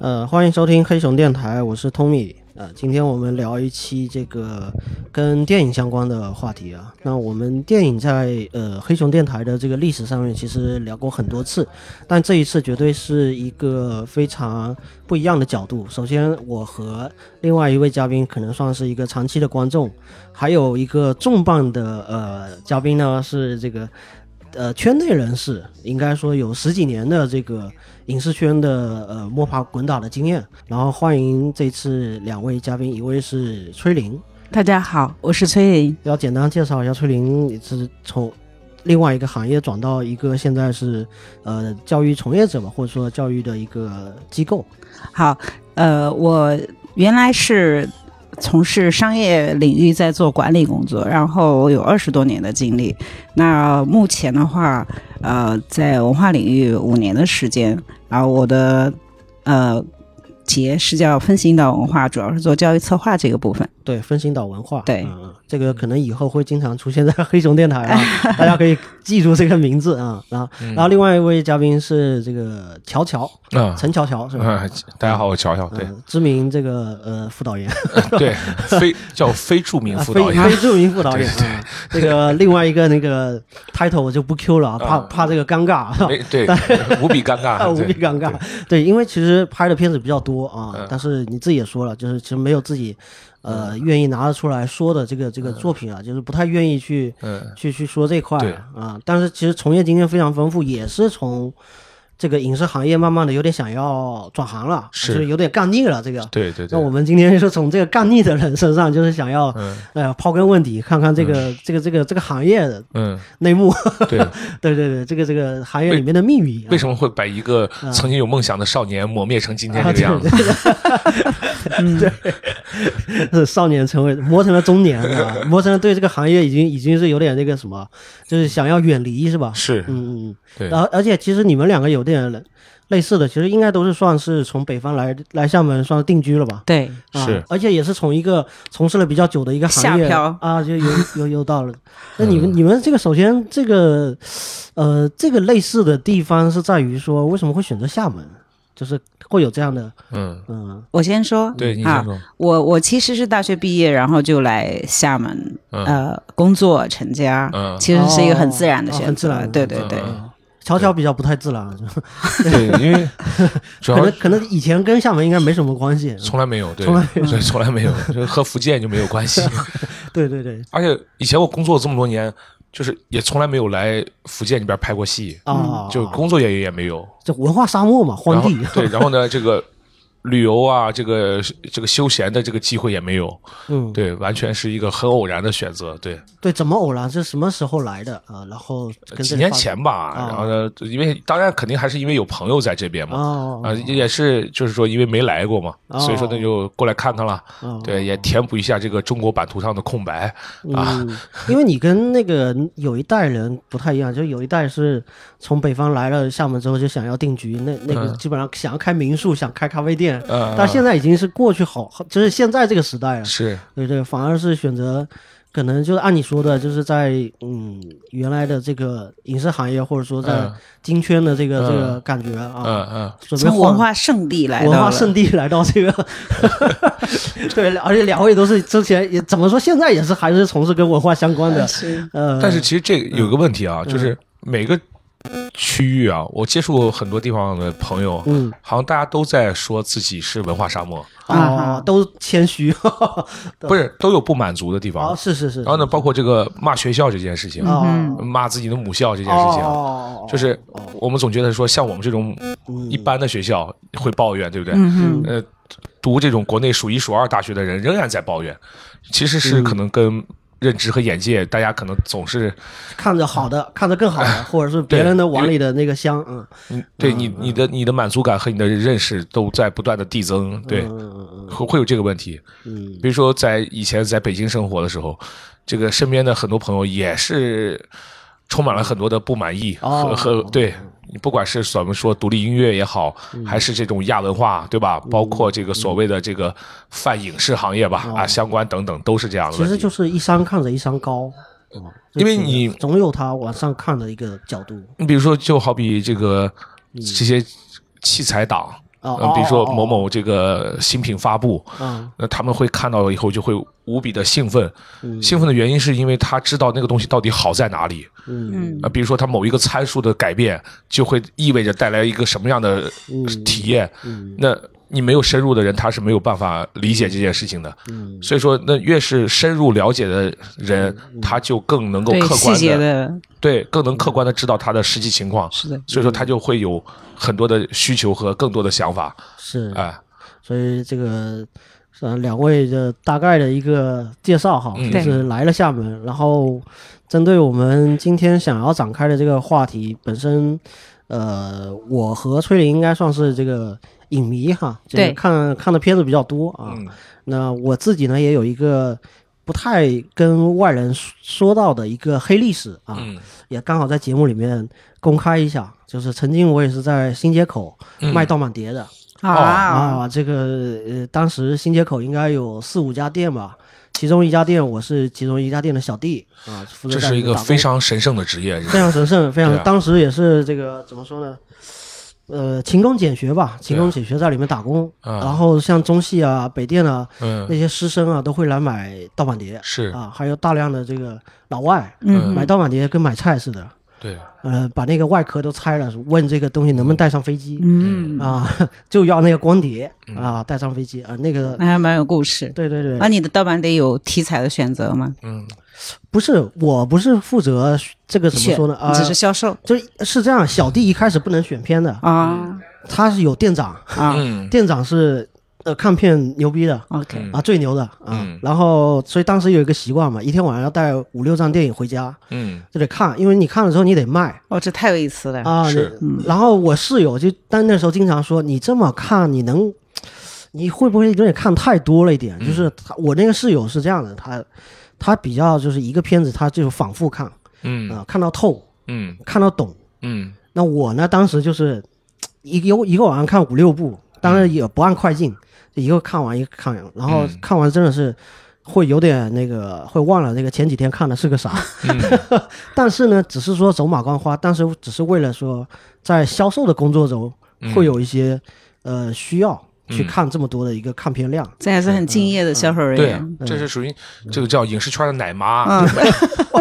呃，欢迎收听黑熊电台，我是 Tommy。呃，今天我们聊一期这个跟电影相关的话题啊。那我们电影在呃黑熊电台的这个历史上面其实聊过很多次，但这一次绝对是一个非常不一样的角度。首先，我和另外一位嘉宾可能算是一个长期的观众，还有一个重磅的呃嘉宾呢是这个呃圈内人士，应该说有十几年的这个影视圈的呃摸爬滚打的经验。然后欢迎这次两位嘉宾，一位是崔玲，大家好，我是崔林。要简单介绍一下崔玲，也是从另外一个行业转到一个现在是呃教育从业者吧，或者说教育的一个机构。好，呃，我原来是从事商业领域，在做管理工作，然后有二十多年的经历。那目前的话，呃，在文化领域五年的时间，然后我的呃企业是叫分行岛文化，主要是做教育策划这个部分。对，分心岛文化。对嗯，嗯这个可能以后会经常出现在黑熊电台啊，大家可以记住这个名字啊。 然后，然后另外一位嘉宾是这个乔乔，啊陈乔乔是吧？ 啊！大家好，我乔乔，对嗯，知名这个呃副导演， 对，非叫非著名啊副非 导演，非著名副导演。啊。这 个另外一个那个 title 我就不 Q 了啊，怕啊怕这个尴尬。没哎对， 无比尴啊，尬，无比对尴尬。对，因为其实拍的片子比较多啊嗯，但是你自己也说了，就是其实没有自己呃愿意拿得出来说的这个这个作品啊，就是不太愿意去嗯，去去说这块对啊。但是其实从业经验非常丰富，也是从这个影视行业慢慢的有点想要转行了，是就是有点干腻了这个。对对那我对，们今天就是从这个干腻的人身上，就是想要嗯呃刨根问底，看看这个这个这个这个行业的嗯，内幕。 对，对对对，这个这个行业里面的秘密啊。为什么会把一个嗯曾经有梦想的少年磨灭成今天啊这个样子？ 是嗯 少年成为磨成了中年，是吧？磨成了对这个行业已经已经是有点那个什么，就是想要远离，是吧？是，嗯嗯嗯。对然后而且其实你们两个有点类似的，其实应该都是算是从北方来来厦门算是定居了吧？对，啊、是而且也是从一个从事了比较久的一个行业下漂啊，就有 有有道理。那你们、嗯你们这个首先这个呃这个类似的地方是在于说为什么会选择厦门？就是会有这样的嗯，嗯我先说。对你啊先说，我我其实是大学毕业，然后就来厦门、嗯呃工作成家，嗯，其实是一个很自然的哦哦选择。很自然的对对对。嗯乔乔比较不太自然，是吧对，因 为主可要能可能以前跟厦门应该没什么关系。从来没有，对，从来对，从来没有，就和福建就没有关系， 对对对，而且以前我工作这么多年，就是也从来没有来福建这边拍过戏，啊，嗯就工作也也没有，这文化沙漠嘛，荒然后地。对，然后呢，这个旅游啊，这个这个休闲的这个机会也没有，嗯，对，完全是一个很偶然的选择，对，对，怎么偶然？是什么时候来的啊？然后跟这几个年发前吧，啊然后呢，因为当然肯定还是因为有朋友在这边嘛，哦啊，也是就是说因为没来过嘛，哦所以说那就过来看看了，哦对，也填补一下这个中国版图上的空白，啊嗯，因为你跟那个有一代人不太一样，就有一代是从北方来了厦门之后就想要定居，那那个嗯基本上想要开民宿，想开咖啡店，呃，但现在已经是过去好，就是现在这个时代了。是对对，反而是选择，可能就是按你说的，就是在嗯原来的这个影视行业，或者说在嗯金圈的这个、这个嗯感觉啊，嗯嗯，准备从文换化圣地来到文化了圣地来到 这个，对，而且两位都是之前也怎么说，现在也是还是从事跟文化相关的，是呃，但是其实这个有个问题嗯啊，就是每个区域啊，我接触很多地方的朋友，嗯好像大家都在说自己是文化沙漠，啊啊、都谦虚，不是都有不满足的地啊方。是是是，然后呢，包括这个骂学校这件事情，啊嗯骂自己的母校这这件事情，啊哦、就是我们总觉得说，像我们这种嗯一般的学校会抱怨，对不对？嗯呃，读这种国内数一数二大学的人仍然在抱怨，其实嗯是可能跟认知和眼界，大家可能总是看着好 的，看着更好的，或者是别对人的因碗为里的那个香，嗯，嗯，对你你的你的满足感和你的认识都在不断的递增，对，嗯嗯嗯会会有这个问题。嗯比如说在以前在北京生活的时候，这个身边的很多朋友也是充满了很多的不满意哦和和对。你不管是咱们说独立音乐也好，嗯还是这种亚文化，对吧？包括这个所谓的这个泛影视行业吧，啊，相关等等，都是这样的哦其问实题就。是一山看着一山高，嗯因为就是你总有他往上看的一个角度，你比如说，就好比这个这些器材党，嗯哦呃，比如说哦哦哦某某这个新品发布，嗯那他们会看到以后就会无比的兴奋。兴奋的原因是因为他知道那个东西到底好在哪里。嗯嗯呃，比如说它某一个参数的改变，就会意味着带来一个什么样的嗯体验。嗯那你没有深入的人，他是没有办法理解这件事情的。嗯所以说，那越是深入了解的人，他就更能够对客细观节的的，对，更能客观的知道他的实际情况，是的，所以说他就会有很多的需求和更多的想法，是，哎，所以这个呃两位的大概的一个介绍哈，嗯就是来了厦门，然后针对我们今天想要展开的这个话题本身，呃，我和崔林应该算是这个影迷哈，就是对看看的片子比较多啊，嗯那我自己呢也有一个不太跟外人说说到的一个黑历史啊，嗯也刚好在节目里面公开一下，就是曾经我也是在新街口嗯卖盗版碟的、啊，啊，这个呃，当时新街口应该有四五家店吧。其中一家店，我是其中一家店的小弟啊，负责这在是一里面个打工非常神圣的职业，非常神圣，非常、对啊当时也是这个怎么说呢？呃，勤工俭学吧，勤工俭学在里面打工，啊然后像中戏啊、北电啊，嗯，那些师生啊都会来买盗版碟是，啊，还有大量的这个老外嗯，买盗版碟跟买菜似的，对，呃，把那个外壳都拆了，问这个东西能不能带上飞机嗯，啊， 就要那个光碟嗯啊，带上飞机啊，那个那还蛮有故事。对对那对，你的盗版得有题材的选择吗？嗯不是，我不是负责这个怎么选说呢啊你。只是销售就是这样，小弟一开始不能选片的，啊他是有店长，啊 嗯店长是呃看片牛逼的， ，OK，啊，最牛的啊。嗯然后，所以当时有一个习惯嘛，一天晚上要带五六张电影回家，嗯就得看，因为你看了之后你得卖哦，这太有意思了。啊。哎是你然后我室友就，但那时候经常说，你这么看，你能，你会不会有点看太多了一点？就是嗯他，我那个室友是这样的，他，他比较就是一个片子，他就反复看啊、嗯看到透，嗯看到懂。嗯那我呢，当时就是一个一个晚上看五六部，当然也不按快进，一个看完一个看完，然后嗯看完真的是会有点那个，会忘了那个前几天看的是个啥。嗯 但是呢，只是说走马观花，但是只是为了说在销售的工作中嗯会有一些、呃需要去看这么多的一个看片量。这还是很嗯敬业的销售人对员。，嗯这是属于这个叫影视圈的奶嗯啊妈，麦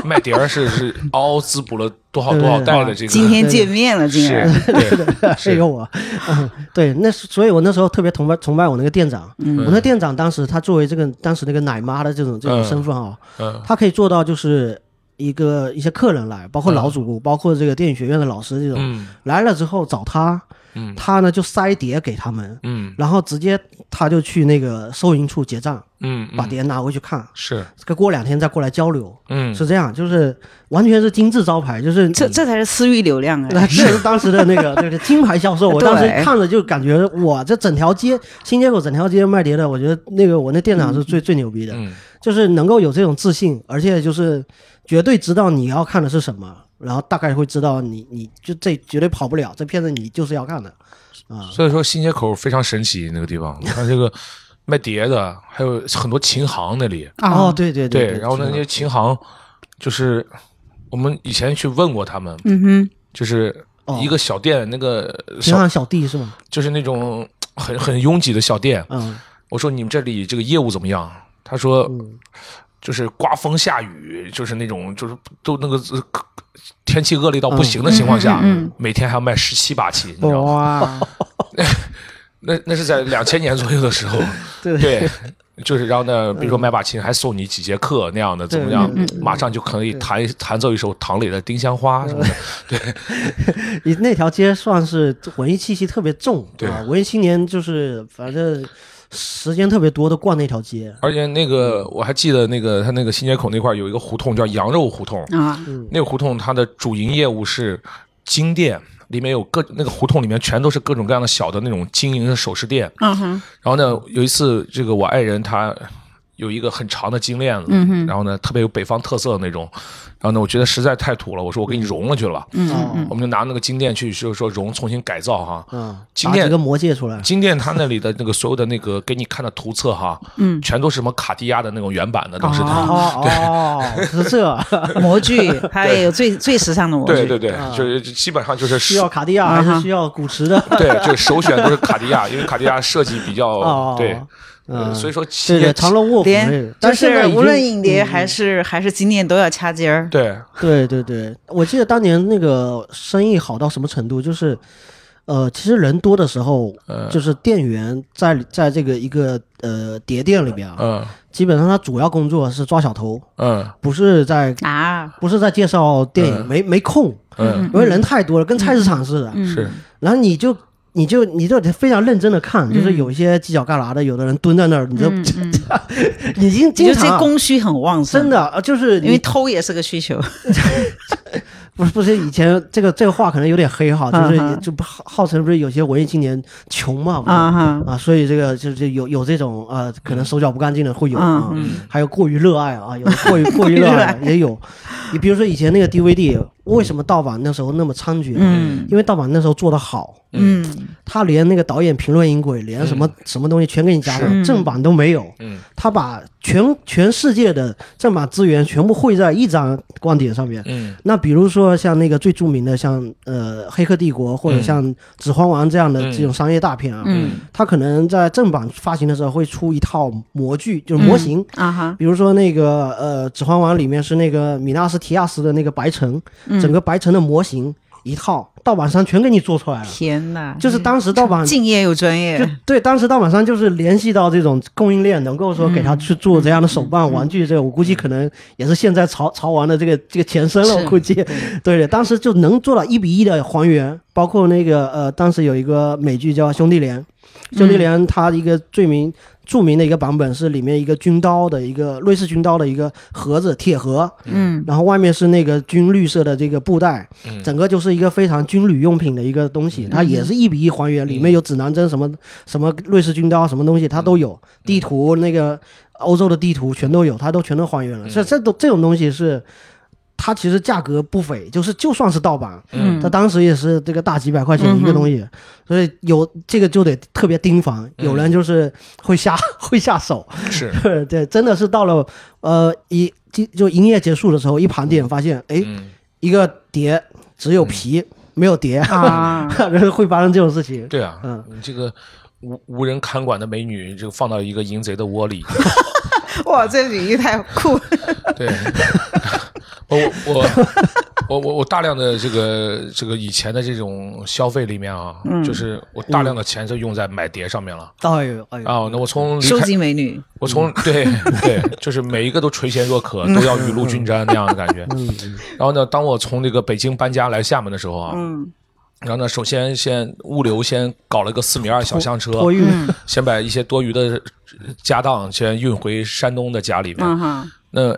麦迪儿是是嗷嗷滋补了多少多少代的这个，今天见面了，竟是然， 对，这是个我，嗯对，那是所以，我那时候特别崇拜崇拜我那个店长。嗯我那店长当时他作为这个当时那个奶妈的这种这种嗯身份啊、嗯他可以做到就是一个一些客人来，包括老主顾，包括这个电影学院的老师这种、嗯来了之后找他，嗯他呢就塞碟给他们，嗯然后直接他就去那个收银处结账，嗯，把碟拿回去看，是，再过两天再过来交流，嗯是这样，就是完全是金字招牌，就是这。这才是私域流量嗯 那啊！这是当时的那个这个金牌销售，我对当时看着就感觉哇，这整条街新街口整条街卖碟的，我觉得那个我那店长是最、最牛逼的。嗯就是能够有这种自信，而且就是绝对知道你要看的是什么，然后大概会知道你你就这绝对跑不了，这片子你就是要看的啊，所以说新街口非常神奇那个地方，你看这个卖碟的，还有很多琴行那里，哦，对对对，然后那些琴行就是我们以前去问过他们，嗯哼，就是一个小店，那个平小行小弟是吗？就是那种很很拥挤的小店，嗯，我说你们这里这个业务怎么样？他说，就是刮风下雨，就是那种就是都那个呃天气恶劣到不行的情况下，每天还要卖十七八期，你知道吗？哇，那那是在两千年左右的时候，对 对，就是然后呢，比如说买把琴，还送你几节课那样的，怎么样？马上就可以弹弹奏一首唐磊的《丁香花》什么的。你那条街算是文艺气息特别重，对啊，文艺青年就是反正时间特别多的逛那条街，而且那嗯个我还记得，那个他那个新街口那块儿有一个胡同叫羊肉胡同，啊，嗯那个胡同它的主营业务是金店，里面有各那个胡同里面全都是各种各样的小的那种经营的首饰店。嗯哼，然后呢，有一次这个我爱人她有一个很长的金链子，嗯哼然后呢特别有北方特色的那种，然后呢我觉得实在太土了，我说我给你融了去了，嗯哦嗯嗯我们就拿那个金店去就是说融重新改造哈，嗯，金打几店个魔戒出来，金店它那里的那个所有的那个给你看的图册哈，嗯全都是什么卡地亚的那种原版的，当时它。 哦哦，是这，模具，它也有最最时尚的模具。对对对啊，就是基本上就是需要卡地亚还啊是需要古驰的？对，就是首选都是卡地亚，因为卡地亚设计比哦较对，嗯呃所以说对企对，业长龙卧虎那连个，就但现在是已经无论影碟还嗯是还是经典都要掐尖儿。对对对对，我记得当年那个生意好到什么程度，就是，呃，其实人多的时候，嗯就是店员在在这个一个呃碟店里边啊，嗯基本上他主要工作是抓小头，嗯不是在啊，不是在介绍电影，嗯没没空，嗯因为人太多了，跟菜市场似嗯的。是然后你就你就你就得非常认真的看，嗯就是有一些犄角旮旯的，有的人蹲在那儿，你就、 你已经就经这常啊。供需很旺盛，真的，呃就是因为你偷也是个需求。不是不是，以前这个这个话可能有点黑哈，就嗯是哼就不号号称不是有些文艺青年穷嘛不是啊哈，啊，所以这个就是有有这种呃，可能手脚不干净的会有啊嗯，还有过于热爱啊，有的过 于过于热爱也有。你比如说以前那个 DVD，为什么盗版那时候那么猖獗？嗯因为盗版那时候做得好，嗯他连那个导演评论音轨，连什么、什么东西全给你加上，是正版都没有。嗯他把全全世界的正版资源全部汇在一张光碟上面。嗯那比如说像那个最著名的像呃《黑客帝国》或者像《指环王》这样的嗯这种商业大片啊，嗯它可能在正版发行的时候会出一套模具，就是模型。啊哈，比如说那个呃，《指环王》里面是那个米纳斯提亚斯的那个白城，整个白城的模型一套，盗版商全给你做出来了。天哪，嗯就是当嗯时盗版敬业又专就业。对，当时盗版商就是联系到这种供应链，能够说给他去做这样的手办、玩具，这个我估计可能也是现在潮潮玩的这个这个前身了，是我估计。对对，当时就能做到一比一的还原，包括那个呃，当时有一个美剧叫《兄弟连》，《兄弟连》它一个最名著名的一个版本是里面一个军刀的一个瑞士军刀的一个盒子，铁盒，嗯然后外面是那个军绿色的这个布袋，嗯整个就是一个非常军旅用品的一个东西，它也是一比一还原，里面有指南针什么什么瑞士军刀什么东西，它都有，地图那个欧洲的地图全都有，它都全都还原了。这这都这种东西是。它其实价格不菲，就是就算是盗版，嗯它当时也是这个大几百块钱一个东西，所以有这个就得特别盯防，有人就是会下 会下手，嗯是 对，真的是到了呃一就就营业结束的时候，一盘点发现，哎，嗯一个碟只有皮没有碟，啊，人 会发生这种事情。对啊，嗯你这个无无人看管的美女，这个放到一个淫贼的 窝里，哇，这比喻太酷。对，我我我我我大量的这个这个以前的这种消费里面啊，就是我大嗯量的钱就用在买碟上面了。哎呦哎呦，啊，那我从离收开集美女，我嗯从对对，就是每一个都垂涎若渴，都要雨露均沾那样的感觉。嗯然后呢，当我从这个北京搬家来厦门的时候啊，嗯然后呢，首先先物流先搞了个四米二小厢车，托运 先把一些多余的家当先运回山东的家里面。嗯哈，那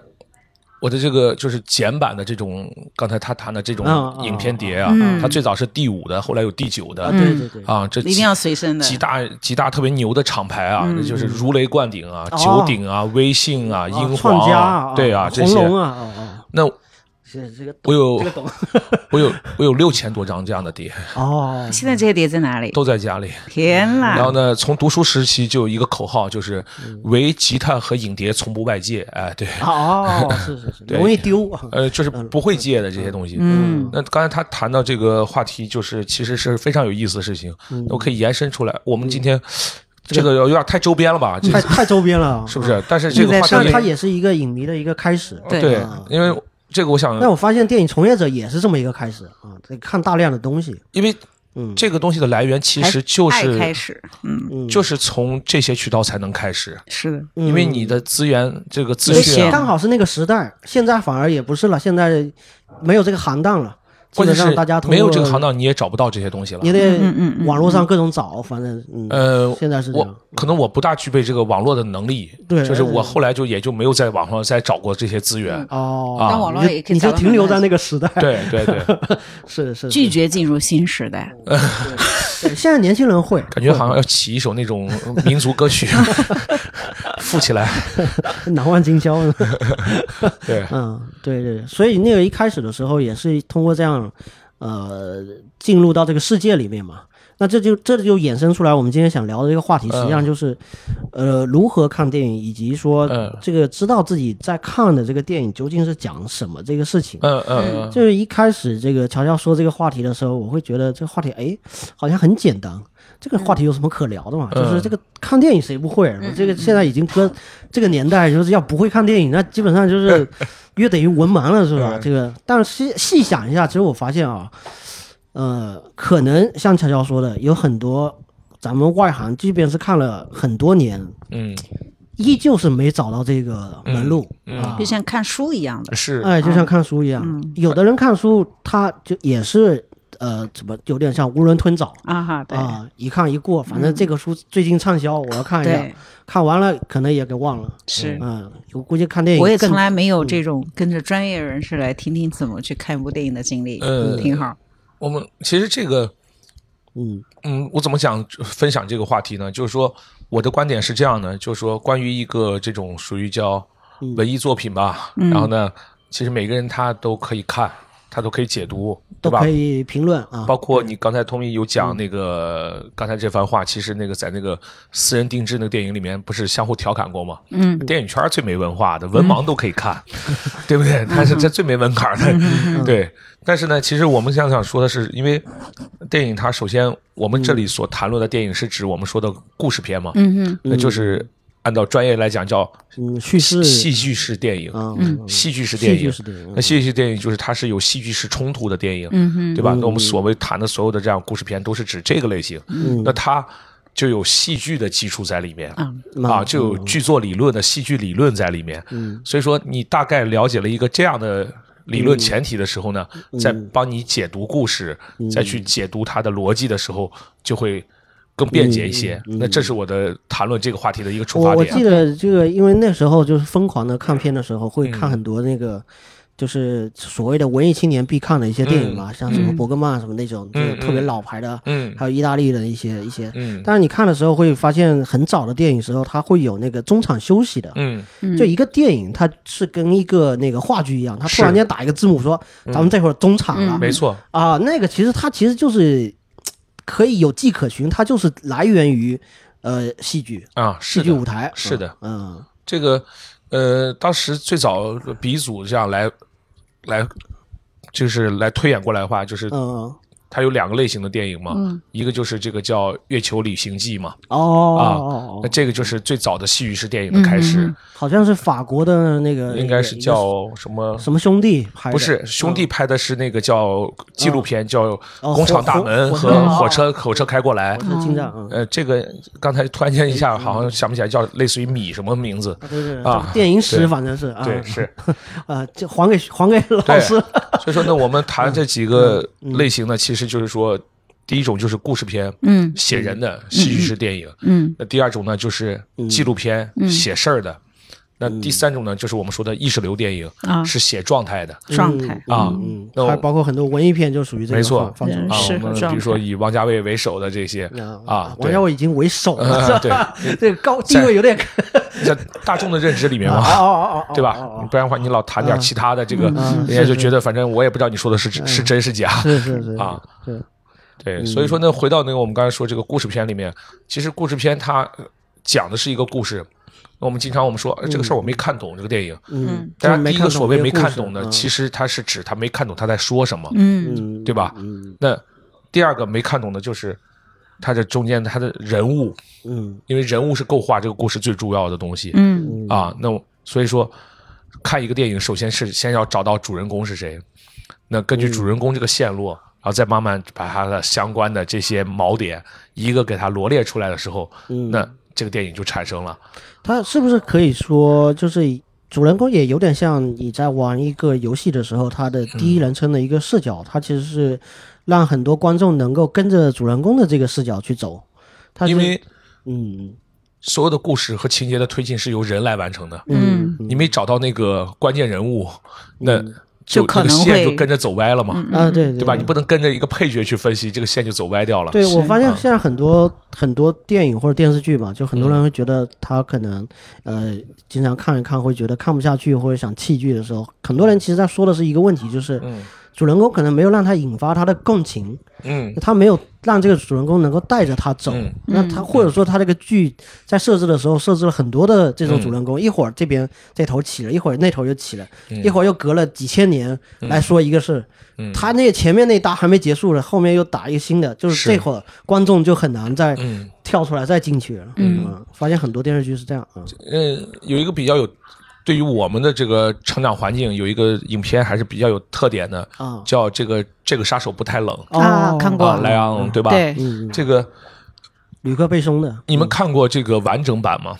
我的这个就是简版的这种，刚才他谈的这种嗯嗯嗯影片碟啊，嗯它最早是第五的，后来有第九的，对对对，啊，这一定要随身的。几大几大特别牛的厂牌啊，那就是如雷贯顶啊、嗯哦九鼎啊、微信啊、英创皇家对啊啊，这红些。龙啊，哦哦，那是这个我有这个 懂我有我有六千多张这样的碟，哦，现在这些碟在哪里？都在家里。天啊 然后哪！呢，从读书时期就有一个口号，就是嗯唯吉他和影碟从不外借。哎，对，哦是是是，对容易丢啊，呃，就是不会借的这些东西。嗯那刚才他谈到这个话题，就是其实是非常有意思的事嗯情，我可以延伸出来。我们今天这个有点太周边了吧？这太太周边了，啊是不？是？但是嗯这个话但题它也是一个影迷的一个开始。对对啊，因为这个我想但我发现电影从业者也是这么一个开始啊，得看大量的东西，因为嗯这个东西的来源其实就爱开是始，嗯，嗯，就是从这些渠道才能开始，是的，嗯因为你的资源这个资有讯限啊，刚好是那个时代，现在反而也不是了，现在没有这个行当了，基关本键是上大家通没有过这个行，当你也找不到这些东西了你。得嗯嗯嗯网络上各种找，反正嗯，呃，现在是这我样，可能我不大具备这个网络的能力，对嗯就是我后来就也就没有在网上再找过这些资源。哦，啊你但就网络也可以你找就到停留很多在那个时代，对对对，是是拒绝进入新时代。是对现在年轻人会，感觉好像要起一首那种民族歌曲， 富起来。难忘今宵呢。对，嗯，对对，所以那个一开始的时候也是通过这样，呃，进入到这个世界里面嘛。那这就这就衍生出来，我们今天想聊的这个话题，实际上就是，呃，如何看电影，以及说嗯这个知道自己在看的这个电影究竟是讲什么这个事情。嗯嗯嗯，就是一开始这个乔乔说这个话题的时候，我会觉得这个话题哎，好像很简单。这个话题有什么可聊的嘛？嗯就是这个看电影谁不会？我这个现在已经跟这个年代，就是要不会看电影，那基本上就是 约等于文盲了，是吧？嗯这个，但是细细想一下，其实我发现啊，呃，可能像乔乔说的，有很多咱们外行，即便是看了很多年，嗯，依旧是没找到这个门路、嗯嗯啊。就像看书一样的，是，啊哎，就像看书一样，嗯有的人看书他就也是呃，怎么有点像囫囵吞枣啊哈，对、嗯啊，一看一过，反正这个书最近畅销，我要看一下对，，看完了可能也给忘了。是。嗯，我估计看电影我也更从来没有这种跟着专业人士来听听怎么去看一部电影的经历，呃嗯挺好。我们其实这个，嗯嗯，我怎么想分享这个话题呢？就是说，我的观点是这样的，就是说，关于一个这种属于叫嗯文艺作品吧，然后呢，其实每个人他都可以看，他都可以解读，都对吧可？以评论啊。包括你刚才 Tommy 有讲那个嗯刚才这番话，其实那个在那个私人定制那个电影里面，不是相互调侃过吗？嗯，电影圈最没文化的文盲都可以看，嗯 对不对？但是这最没门槛的， 对。但是呢，其实我们想想说的是，因为电影它首先我们这里所谈论的电影是指我们说的故事片嘛，嗯嗯，那就是按照专业来讲叫嗯，叙事戏剧式电影，啊，嗯戏剧式电戏剧影。式电影嗯那，戏剧式电影就是它是有戏剧式冲突的电影，嗯对吧？那我们所谓谈的所有的这样故事片都是指这个类型，那它就有戏剧的基础在里面，嗯啊，就有剧作理论的戏剧理论在里面。嗯所以说，你大概了解了一个这样的理论前提的时候呢，嗯再帮你解读故事，再去解读它的逻辑的时候，就会更便捷一些。那这是我的谈论这个话题的一个出我发我点啊记。得这个，因为那时候就是疯狂的看片的时候，会嗯看很多那个。就是所谓的文艺青年必看的一些电影嘛，像什嗯么伯格曼什么那种，就是特别老牌的，嗯还有意大利的一些一些。嗯但是你看的时候会发现，很早的电影时候，它会有那个中场休息的。嗯就一个电影，它是跟一个那个话剧一样，它是突然间打一个字幕说咱们这会儿中场了没错，啊，那个其实它其实就是嘖可以有迹可循，它就是来源于呃戏剧、啊，戏是剧舞的，台。是的，嗯，这个呃，当时最早鼻祖这样来来。就是来推演过来的话，就是嗯嗯，它有两个类型的电影嘛，一个就是这个叫《月球旅行记》嘛，哦啊哦，那哦，这个就是最早的戏剧式电影的开始，好像是法国的那个，应该是一个叫什么？什么兄弟嗯拍的？不是，兄弟拍的是那个叫纪录片，叫《哦工厂大门》火火和火火车火车开过来火。车进站，嗯，呃，这个刚才突然间一下好像想不起来，叫类似于米什么名字？啊对对对啊电影史对反正是啊，对，是。 啊，这还给还给老对师。所以说呢，我们谈这几个嗯类型呢，其实就是说，第一种就是故事片，嗯，写人的戏剧式电影，嗯，那第二种呢就是嗯纪录片，写事儿的。那第三种呢，就是我们说的意识流电影，啊是写状态的状态，啊。嗯，那我还包括很多文艺片就属于这个没错范畴嗯啊，是我们状比如说态以王家卫为首的这些啊，王对家，卫已经为首了，呃是对吧， 这个高地位有点在大众的认知里面哦嘛，哦哦哦， 对吧哦？你不然的话，你老谈点其他的这个，嗯人家是就是觉得反正我也不知道你说的是真是真是假哦是是嗯是啊，。是对，所以说呢，回到那个我们刚才说这个故事片里面，其实故事片它呃讲的是一个故事。那我们经常我们说呃这个事儿我没看懂这个电影，嗯，大就家是没第一个看所谓懂没这个看故事懂的，嗯其实它是指他没看懂他在说什么，嗯嗯对吧？嗯那第二个没看懂的就是他这中间他的人物，嗯因为人物是构画这个故事最重要的东西嗯啊。那我所以说，看一个电影，首先是先要找到主人公是谁，那根据嗯主人公这个线路，然后再慢慢把他的相关的这些锚点一个给他罗列出来的时候，嗯，那这个电影就产生了。他是不是可以说就是？主人公也有点像你在玩一个游戏的时候，他嗯的第一人称的一个视角，他其实是让很多观众能够跟着主人公的这个视角去走。他是因为嗯所有的故事和嗯情节的推进是由人来完成的，嗯嗯你没找到那个关键人物，那就可那个能线就会跟着走歪了嘛，嗯啊，对对吧？你不能跟着一个配角去分析，这个线就走歪掉了。对，我是发现嗯现在很多很多电影或者电视剧嘛，就很多人会觉得他可能呃经常看一看会觉得看不下去或者想弃剧的时候，很多人其实在说的是一个问题，就是嗯主人公可能没有让他引发他的共情，嗯他没有让这个主人公能够带着他走。嗯那他或者说他这个剧在设置的时候设置了很多的嗯这种主人公，一会儿这边这头起了，一会儿那头又起了，一会儿又隔了几千年来说一个事儿。嗯他那前面那搭还没结束呢，后面又打一个新的，就是是这会儿观众就很难再嗯跳出来再进去了。啊嗯，发现很多电视剧是这样啊。嗯，有一个比较有对于我们的这个成长环境有一个影片还是比较有特点的，啊哦叫这个这个杀手不太冷啊看过啊，莱昂对吧？对，嗯，嗯这个吕克贝松的，你们看过这个完整版 吗？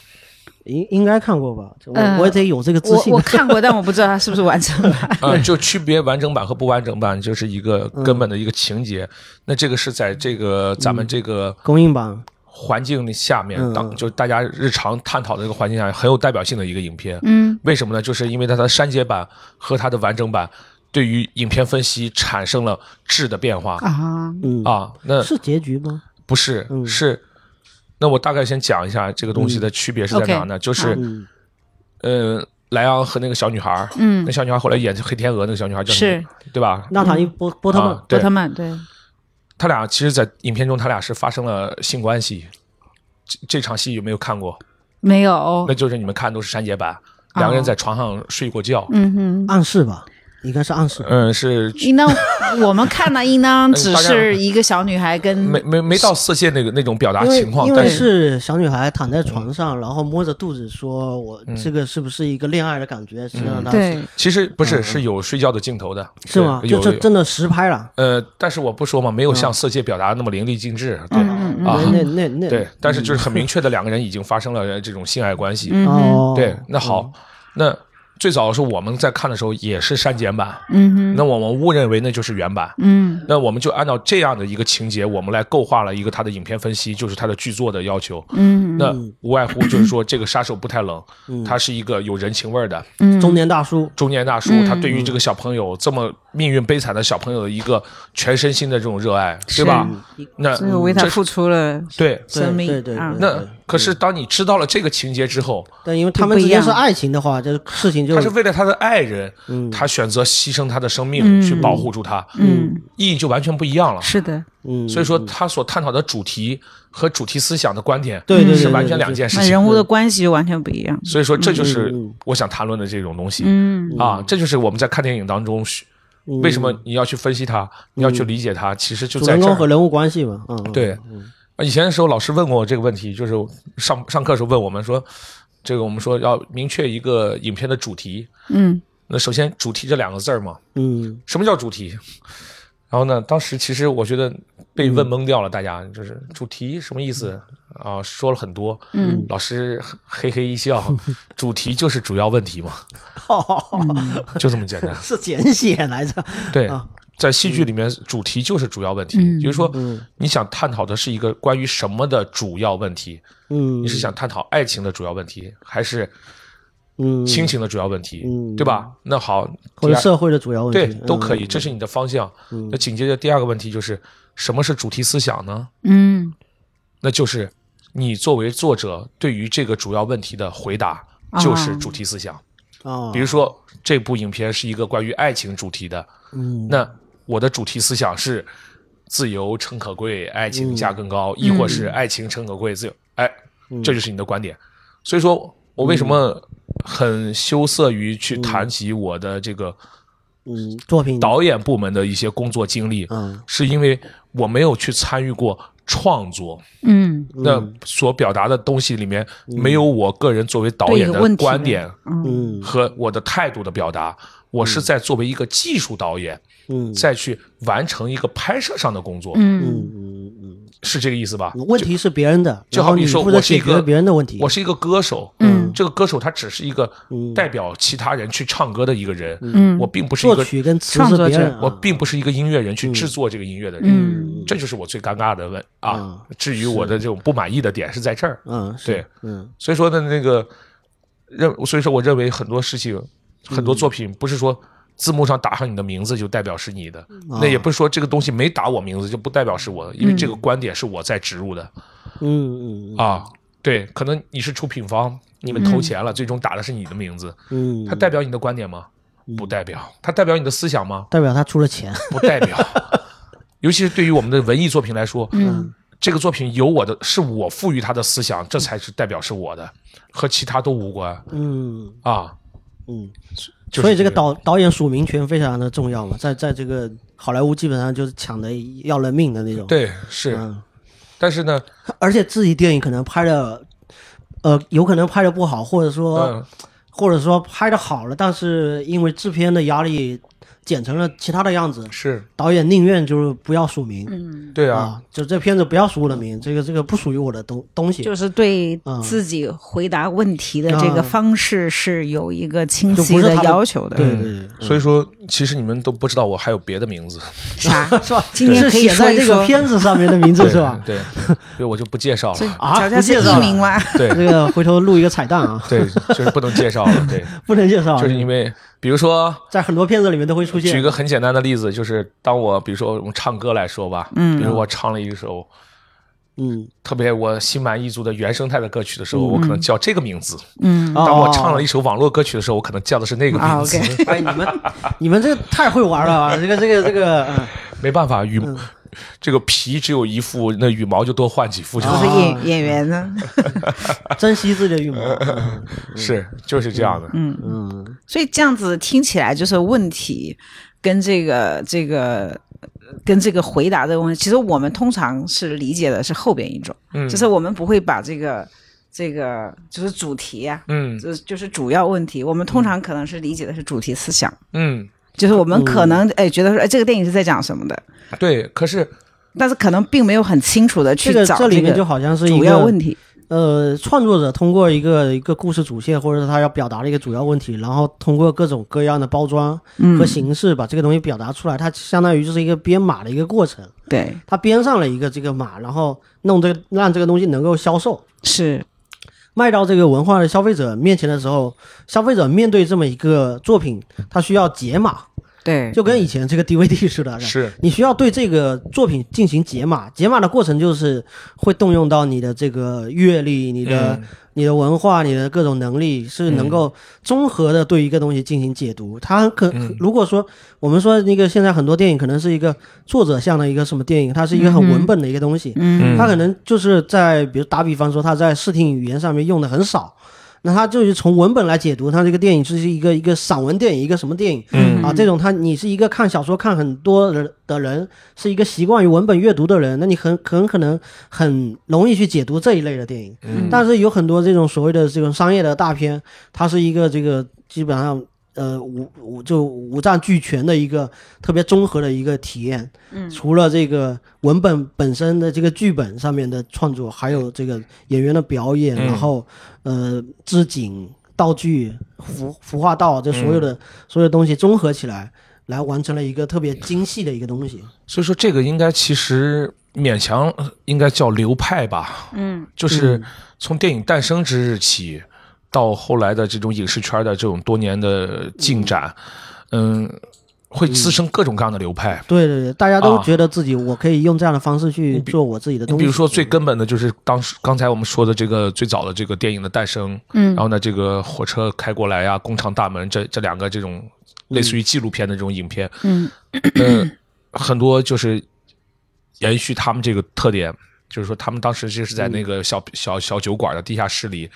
应应该看过吧？我嗯我也得有这个自我信我。看过，但我不知道它是不是完整版。啊、就区别完整版和不完整版，就是一个嗯根本的一个情节。那这个是在这个咱嗯们这个公映版，环境下面，嗯当就是大家日常探讨的这个环境下，很有代表性的一个影片。嗯为什么呢？就是因为它的删节版和它的完整版对于影片分析产生了质的变化 啊，嗯，啊。那是结局吗？不是、嗯是，那我大概先讲一下这个东西的区别是在哪呢？就是嗯呃，莱昂和那个小女孩儿，嗯那，小女孩后来演黑天鹅那个小女孩叫什么是对吧？纳塔利嗯波波特曼啊，波对特曼对，他俩其实，在影片中他俩是发生了性关系。这这场戏有没有看过？没有那，就是你们看都是删节版，哦两个人在床上睡过觉。嗯哼。暗示吧，应该是暗示吧。嗯，是应当我们看的应当只大家是一个小女孩跟没没没到色戒那个那种表达因为情况，嗯因但为是小女孩躺在床上，然后摸着肚子说：“我嗯这个是不是一个恋爱的感觉？”实际上她是对其实不是是有睡觉的镜头的，嗯是吗？对就有这嗯有真的实拍了，呃，但是我不说嘛，没有像色戒表达的那么淋漓尽致，对嗯嗯啊那那那那对，但是就是很明确的两个人已经发生了这种性爱关系。嗯哼哦，对，那好，那最早是我们在看的时候也是删减版，嗯哼那我们误认为那就是原版。嗯那我们就按照这样的一个情节，我们来构画了一个他的影片分析，就是他的剧作的要求。嗯那无外乎就是说，这个杀手不太冷，嗯他是一个有人情味儿的，嗯中年大叔，中年大叔，嗯他对于这个小朋友这么命运悲惨的小朋友的一个全身心的这种热爱，对吧？那所以为他这付出了对，对生命对对啊对那可是当你知道了这个情节之后，但因为他们之就不一间样是爱情的话，这事情就他是为了他的爱人，嗯他选择牺牲他的生命去保护住他，嗯意义就完全不一样了。是的，嗯，所以说，他所探讨的主题和主题思想的观点对对对是对完全对两对件事那情。人物的关系完全不一样。所以说，这就是嗯嗯嗯我想谈论的这种东西嗯啊，这就是我们在看电影当中需嗯为什么你要去分析它，你要去理解它，其实就主在人这公和儿。人物关系嘛，嗯，嗯对，啊以前的时候老师问过我这个问题，就是上上课的时候问我们说，这个我们说要明确一个影片的主题。嗯那首先“主题”这两个字儿嘛，嗯， 什么叫主题？然后呢，当时其实我觉得被问懵掉了，大家就是主题什么意思啊？说了很多，嗯，老师嘿嘿一笑，主题就是主要问题嘛，就这么简单。是简写来着，对啊，在戏剧里面，主题就是主要问题，嗯也就是说嗯，你想探讨的是一个关于什么的主要问题？嗯，你是想探讨爱情的主要问题，还是嗯，亲情的主要问题嗯，对吧？那好，或第者二社会的主要问题，对都可以，嗯这是你的方向。那紧接着第二个问题就是，什么是主题思想呢？嗯那就是你作为作者对于这个主要问题的回答啊就是主题思想。啊，比如说这部影片是一个关于爱情主题的，嗯那我的主题思想是自由诚可贵，爱嗯情价更高，亦或是爱情诚可贵，自由。哎，嗯这就是你的观点。所以说我为什么很羞涩于去谈及我的这个嗯，作品导演部门的一些工作经历，嗯是因为我没有去参与过创作。嗯那所表达的东西里面，没有我个人作为导演对一个问的题的观点嗯和我的态度的表达，我是在作为一个技术导演，嗯再去完成一个拍摄上的工作，嗯嗯嗯是这个意思吧？嗯，问题是别人的，就然后好比你说负责我是一解决个别人的问题，我是一个歌手，嗯这个歌手他只是一个嗯代表其他人去唱歌的一个人，嗯我并不是一作个曲跟词创是作别者人嗯啊，我并不是一个音乐人去制作这个音乐的人，嗯这就是我最尴尬的问嗯啊。至于我的这种不满意的点是在这儿，嗯是对，嗯所嗯以说呢，那个认，所以说我认为很多事情，很多作品不是说字幕上打上你的名字就代表是你的，嗯那也不是说这个东西没打我名字就不代表是我的，因为这个观点是我在植入的嗯嗯啊。对，可能你是出品方，你们投钱了，最终打的是你的名字，嗯，它代表你的观点吗？不代表。它代表你的思想吗？代表他出了钱，不代 表。尤其是对于我们的文艺作品来说，嗯这个作品有我的，是我赋予它的思想，这才是代表是我的，和其他都无关嗯啊。嗯，就是所以这这个个导导演署名权非常的重要嘛，在在这个好莱坞基本上就是抢的要了命的那种，，对，是。嗯，但是呢，而且自己电影可能拍的，呃，有可能拍的不好，或者说、嗯，或者说拍的好了，但是因为制片的压力剪成了其他的样子，是导演宁愿就是不要署名。嗯对啊，啊，就这片子不要署我的名，这个这个不属于我的东东西，就是对嗯自己回答问题的这个啊方式是有一个清就不晰是的他的要求的。对对对，所以说，其实你们都不知道我还有别的 名字，啥？是吧？今天是可以写说在一这说个，片子上面的名字对是吧？对，所以我就不介绍所以了。啊乔不乔是介绍艺名吗？对这个回头录一个彩蛋啊，对，就是不能介绍了。 对，不能介绍，就是因为，比如说，在很多片子里面都会出举一现。个很简单的例子，就是当我比如说我们唱歌来说吧，嗯比如我唱了一首嗯，特别我心满意足的原生态的歌曲的时候，我可能叫这个名字；嗯，哦当我唱了一首网络歌曲的时候，我可能叫的是那个啊名字。 ，OK，哎，你们你们这个太会玩了 啊！这个这个这个，嗯没办法，羽、这个皮只有一副，那羽毛就多换几副就不好是啊演演员呢。珍惜自己的 羽毛。嗯是就是这样的。嗯，嗯，所以这样子听起来就是问题跟这个这个。跟这个回答的问题，其实我们通常是理解的是后边一种，嗯就是我们不会把这个这个就是主题啊，嗯就是就是主要问题，我们通常可能是理解的是主题思想，嗯，就是我们可嗯能哎觉得说哎这个电影是在讲什么的，对。可是但是可能并没有很清楚的去这个找这里面就个好像是一主要问个题。呃，创作者通过一个一个故事主线，或者是他要表达的一个主要问题，然后通过各种各样的包装嗯和形式把这个东西表达出来，它相当于就是一个编码的一个过程。对，他编上了一个这个码，然后弄这个让这个东西能够销售，是卖到这个文化的消费者面前的时候，消费者面对这么一个作品，他需要解码，对，就跟以前这个 DVD 似的，是你需要对这个作品进行解码。解码的过程就是会动用到你的这个阅历、你的、嗯你的文化、你的各种能力，是能够综合的对一个东西进行解读。它很可嗯如果说我们说那个现在很多电影可能是一个作者向的一个什么电影，它是一个很文本的一个东西，嗯它可能就是在比如打比方说，它在视听语言上面用的很少。那它就是从文本来解读，它这个电影是一个一个散文电影，一个什么电影？嗯啊，这种他你是一个看小说看很多人的人，是一个习惯于文本阅读的人，那你很很可能很容易去解读这一类的电影。嗯但是有很多这种所谓的这种商业的大片，它是一个这个基本上呃五五就五脏俱全的一个特别综合的一个体验。嗯，除了这个文本本身的这个剧本上面的创作，还有这个演员的表演，嗯然后呃置景。道具、服服化道，这所有嗯的、所有东西综合起来，来完成了一个特别精细的一个东西。所以说这个应该其实勉强呃应该叫流派吧，嗯，就是从电影诞生之日起，到后来的这种影视圈的这种多年的进展，嗯，会滋生各种各样的流派。对对对，大家都啊觉得自己我可以用这样的方式去做我自己的你东西。比如说最根本的就是当时刚才我们说的这个最早的这个电影的诞生，嗯，然后呢，这个火车开过来呀、工厂大门这这两个这种嗯类似于纪录片的这种影片，嗯，呃，很多就是延续他们这个特点，就是说他们当时就是嗯在那个小、小小酒馆的地下室里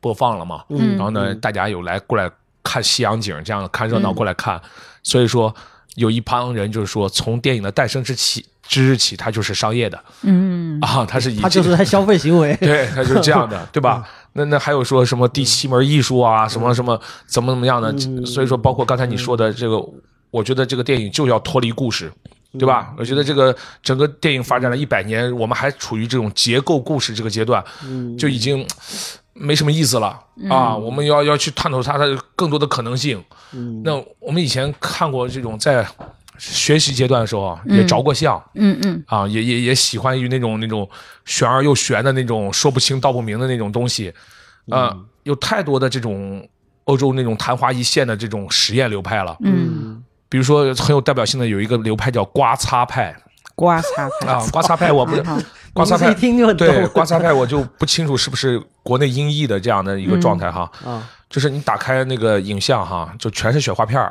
播放了嘛，嗯嗯然后呢，大家有来过来看夕阳景，这样看热闹过来看，所以说有一帮人就是说从电影的诞生之起之日起，它就是商业的，嗯啊，它是以他这就个是在消费行为。对，它就是这样的，对吧？那那还有说什么第七门艺术啊，什么什么怎么怎么样的？嗯所以说，包括刚才你说的这个，我觉得这个电影就要脱离故事，对吧？我觉得这个整个电影发展了一百年，我们还处于这种结构故事这个阶段，就已经没什么意思了啊！我们要要去探讨它的更多的可能性。那我们以前看过这种在学习阶段的时候啊，也着过相。嗯嗯啊，也也也喜欢于那种那种玄而又玄的那种说不清道不明的那种东西，呃，有太多的这种欧洲那种昙花一现的这种实验流派了。嗯比如说很有代表性的有一个流派叫刮擦派刮擦啊，刮擦派我不是好 刮擦派一，听就对懂刮擦派我就不清楚是不是国内音译的这样的一个状态哈，啊，就是你打开那个影像哈，就全是雪花 片儿。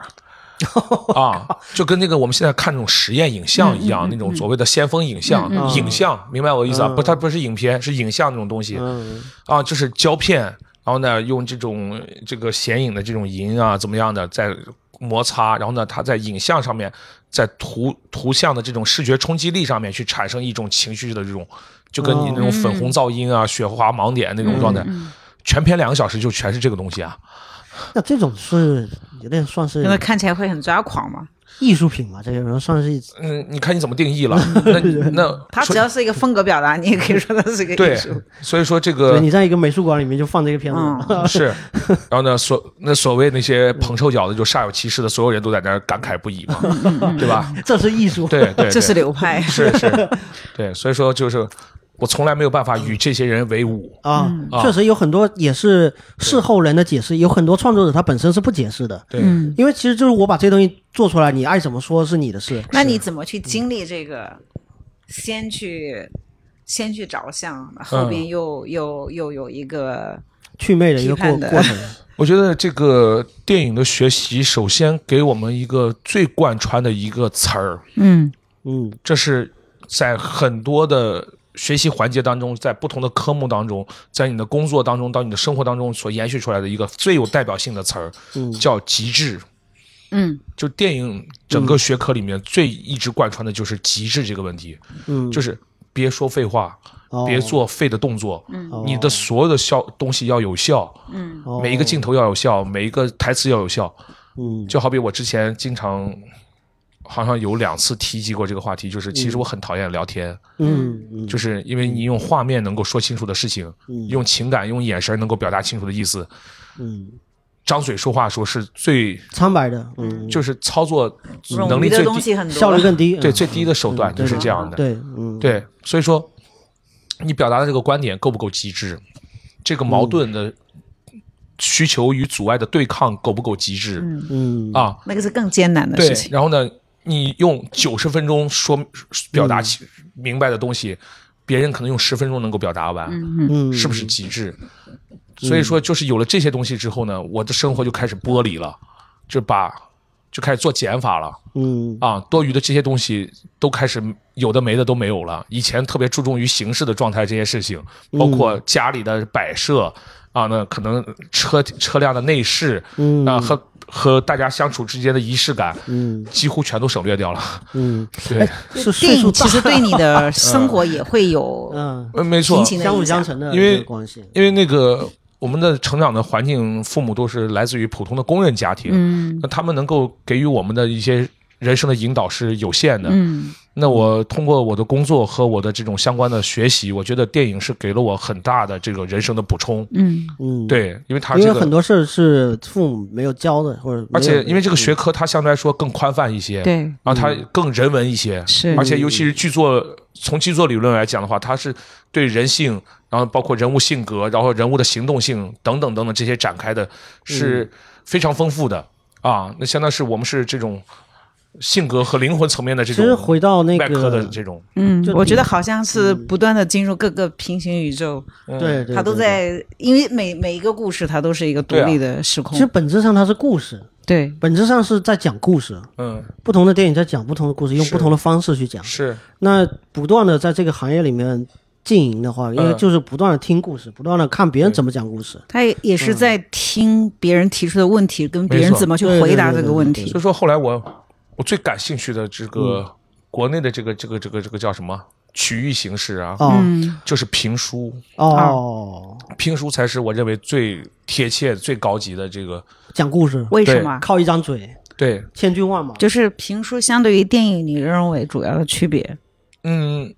啊，就跟那个我们现在看那种实验影像一样，那种所谓的先锋影像、嗯影像，明白我意思啊？嗯不，它不是影片，是影像那种东西。嗯啊，就是胶片，然后呢，用这种这个显影的这种银啊，怎么样的在摩擦，然后呢，它在影像上面，在图图像的这种视觉冲击力上面去产生一种情绪的这种，就跟你那种粉红噪音啊、雪花盲点那种状嗯态，全篇两个小时就全是这个东西啊。那这种是有点算是 因为看起来会很抓狂嘛。艺术品嘛，这有人算是嗯，你看你怎么定 义了？那那它只所以要是一个风格表达，你也可以说它是一个艺对术。，所以说这对个你在一个美术馆里面就放这个片子，嗯 是，然后呢，所那所谓那些捧臭脚的，就煞有其事的，所有人都在那儿感慨不已嘛，嗯 对吧？ 这是艺术。对对，这是对流 派。是是，对，所以说就是我从来没有办法与这些人为伍。啊，嗯啊确实有很多也是事后人的解释，有很多创作者他本身是不解释的，对，嗯因为其实就是我把这东西做出来，你爱怎么说是你的事。那你怎么去经历这个？先去先去着想，后嗯边又、又又有一个祛魅的一个批过判的过程，我觉得这个电影的学习，首先给我们一个最贯穿的一个词儿，嗯嗯这是在很多的学习环节当中，在不同的科目当中，在你的工作当中，到你的生活当中所延续出来的一个最有代表性的词儿，嗯叫极致。嗯就电影整个学科里面最一直贯穿的就是极致这个问题，嗯，就是别说废话，哦别做废的动作，哦你的所有的效东西要有效，哦每一个镜头要有效，每一个台词要有效。嗯就好比我之前经常，好像有两次提及过这个话题，就是其实我很讨厌聊天，嗯嗯就是因为你用画面能够说清楚的事情，嗯用情感、用眼神能够表达清楚的意思，嗯，张嘴说话说是最苍白的，嗯，就是操作冗嗯能余力的最东低，西很多，效率更低，对嗯最低的手段嗯就是这样的。对，嗯对，所以说你表达的这个观点够不够极致？这个矛盾的需求与阻碍的对抗够不够极致？嗯啊，那个是更艰难的对事。情。然后呢，你用九十分钟说表达起明白的东西，别人可能用十分钟能够表达完，嗯是不是极致？所以说，就是有了这些东西之后呢，我的生活就开始剥离了，就把就开始做减法了。嗯啊，多余的这些东西都开始有的没的都没有了。以前特别注重于形式的状态这些事情，包括嗯家里的摆设、啊，那可能车车辆的内饰，嗯啊和和大家相处之间的仪式感，嗯几乎全都省略掉了。 嗯，对，是岁电数影大其，实对你 的嗯生活也会有嗯，呃，没错平，行的相辅影响相。成的因为这个关系，因为那个我们的成长的环境，父母都是来自于普通的工人家庭，嗯那他们能够给予我们的一些人生的引导是有限的。嗯那我通过我的工作和我的这种相关的学习，我觉得电影是给了我很大的这个人生的补充。嗯嗯，。对，因为它因这为很个，多事儿是父母没有教的，或者没有嗯而且因为这个学科它相对来说更宽泛一些，，对然后它更人文一些，是而且尤其是剧作，从剧作理论来讲的话，它是对人性，然后包括人物性格，然后人物的行动性等等等等这些展开的是嗯非常丰富的啊。那相当是我们是这种性格和灵魂层面的这其实种回到那外科的个这种，嗯就我觉得好像是不断的进入各个平行宇宙，嗯对，对它都。对对在，因为每每一个故事它都是一个独对啊立的时其实空。本质上它是故事，对本质上是在讲故事。嗯，不同的电影在讲不同的故事，用是不同的方式去讲。是那不断的在这个行业里面经营的话，因为嗯就是不断的听故事，不断的看别人怎么讲故事。他也也嗯是在听别人提出的问题，跟别没人错怎么去对对回答对这对个对问对题所。以说后来我我最感兴趣的这个、国内的这个这个这个这个叫什么曲艺形式啊，哦嗯就是评书，哦，啊评书才是我认为最贴切、最高级的这个讲故事为什对么？靠一张嘴，对，千军万马。就是评书相对于电影，你认为主要的区别？嗯。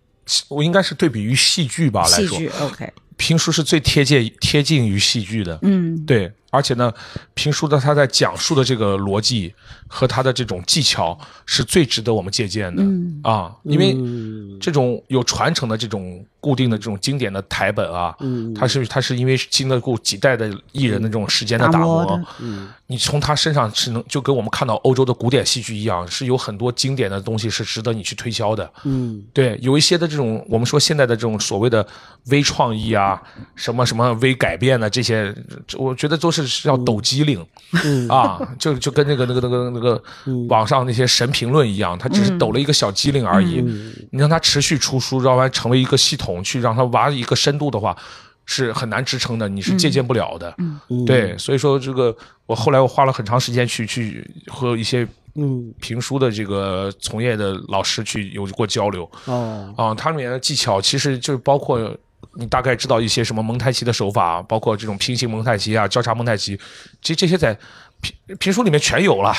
我应该是对比于戏剧吧来戏说，剧，OK，评书是最贴切贴近于戏剧的。嗯对，而且呢，评书的他在讲述的这个逻辑和他的这种技巧是最值得我们借鉴的、嗯啊，因为嗯这种有传承的这种固定的这种经典的台本啊，嗯它是它是因为经得过几代的艺人的这种时间的打打磨磨，的嗯你从他身上是能就跟我们看到欧洲的古典戏剧一样，是有很多经典的东西是值得你去推销的。嗯对，有一些的这种我们说现在的这种所谓的微创意啊，什么什么微改变啊的这些，这我觉得都是要抖机灵、嗯啊，就就跟那个那个那个那个嗯网上那些神评论一样，他只是抖了一个小机灵而已。嗯你让他持续出书，让它成为一个系统，去让它挖一个深度的话，是很难支撑的，你是借鉴不了的。嗯对，所以说这个我后来我花了很长时间去去和一些嗯评书的这个从业的老师去有过交流哦啊，它里面的技巧其实就是包括。你大概知道一些什么蒙太奇的手法，包括这种平行蒙太奇啊、交叉蒙太奇，这这些在评评书里面全有了，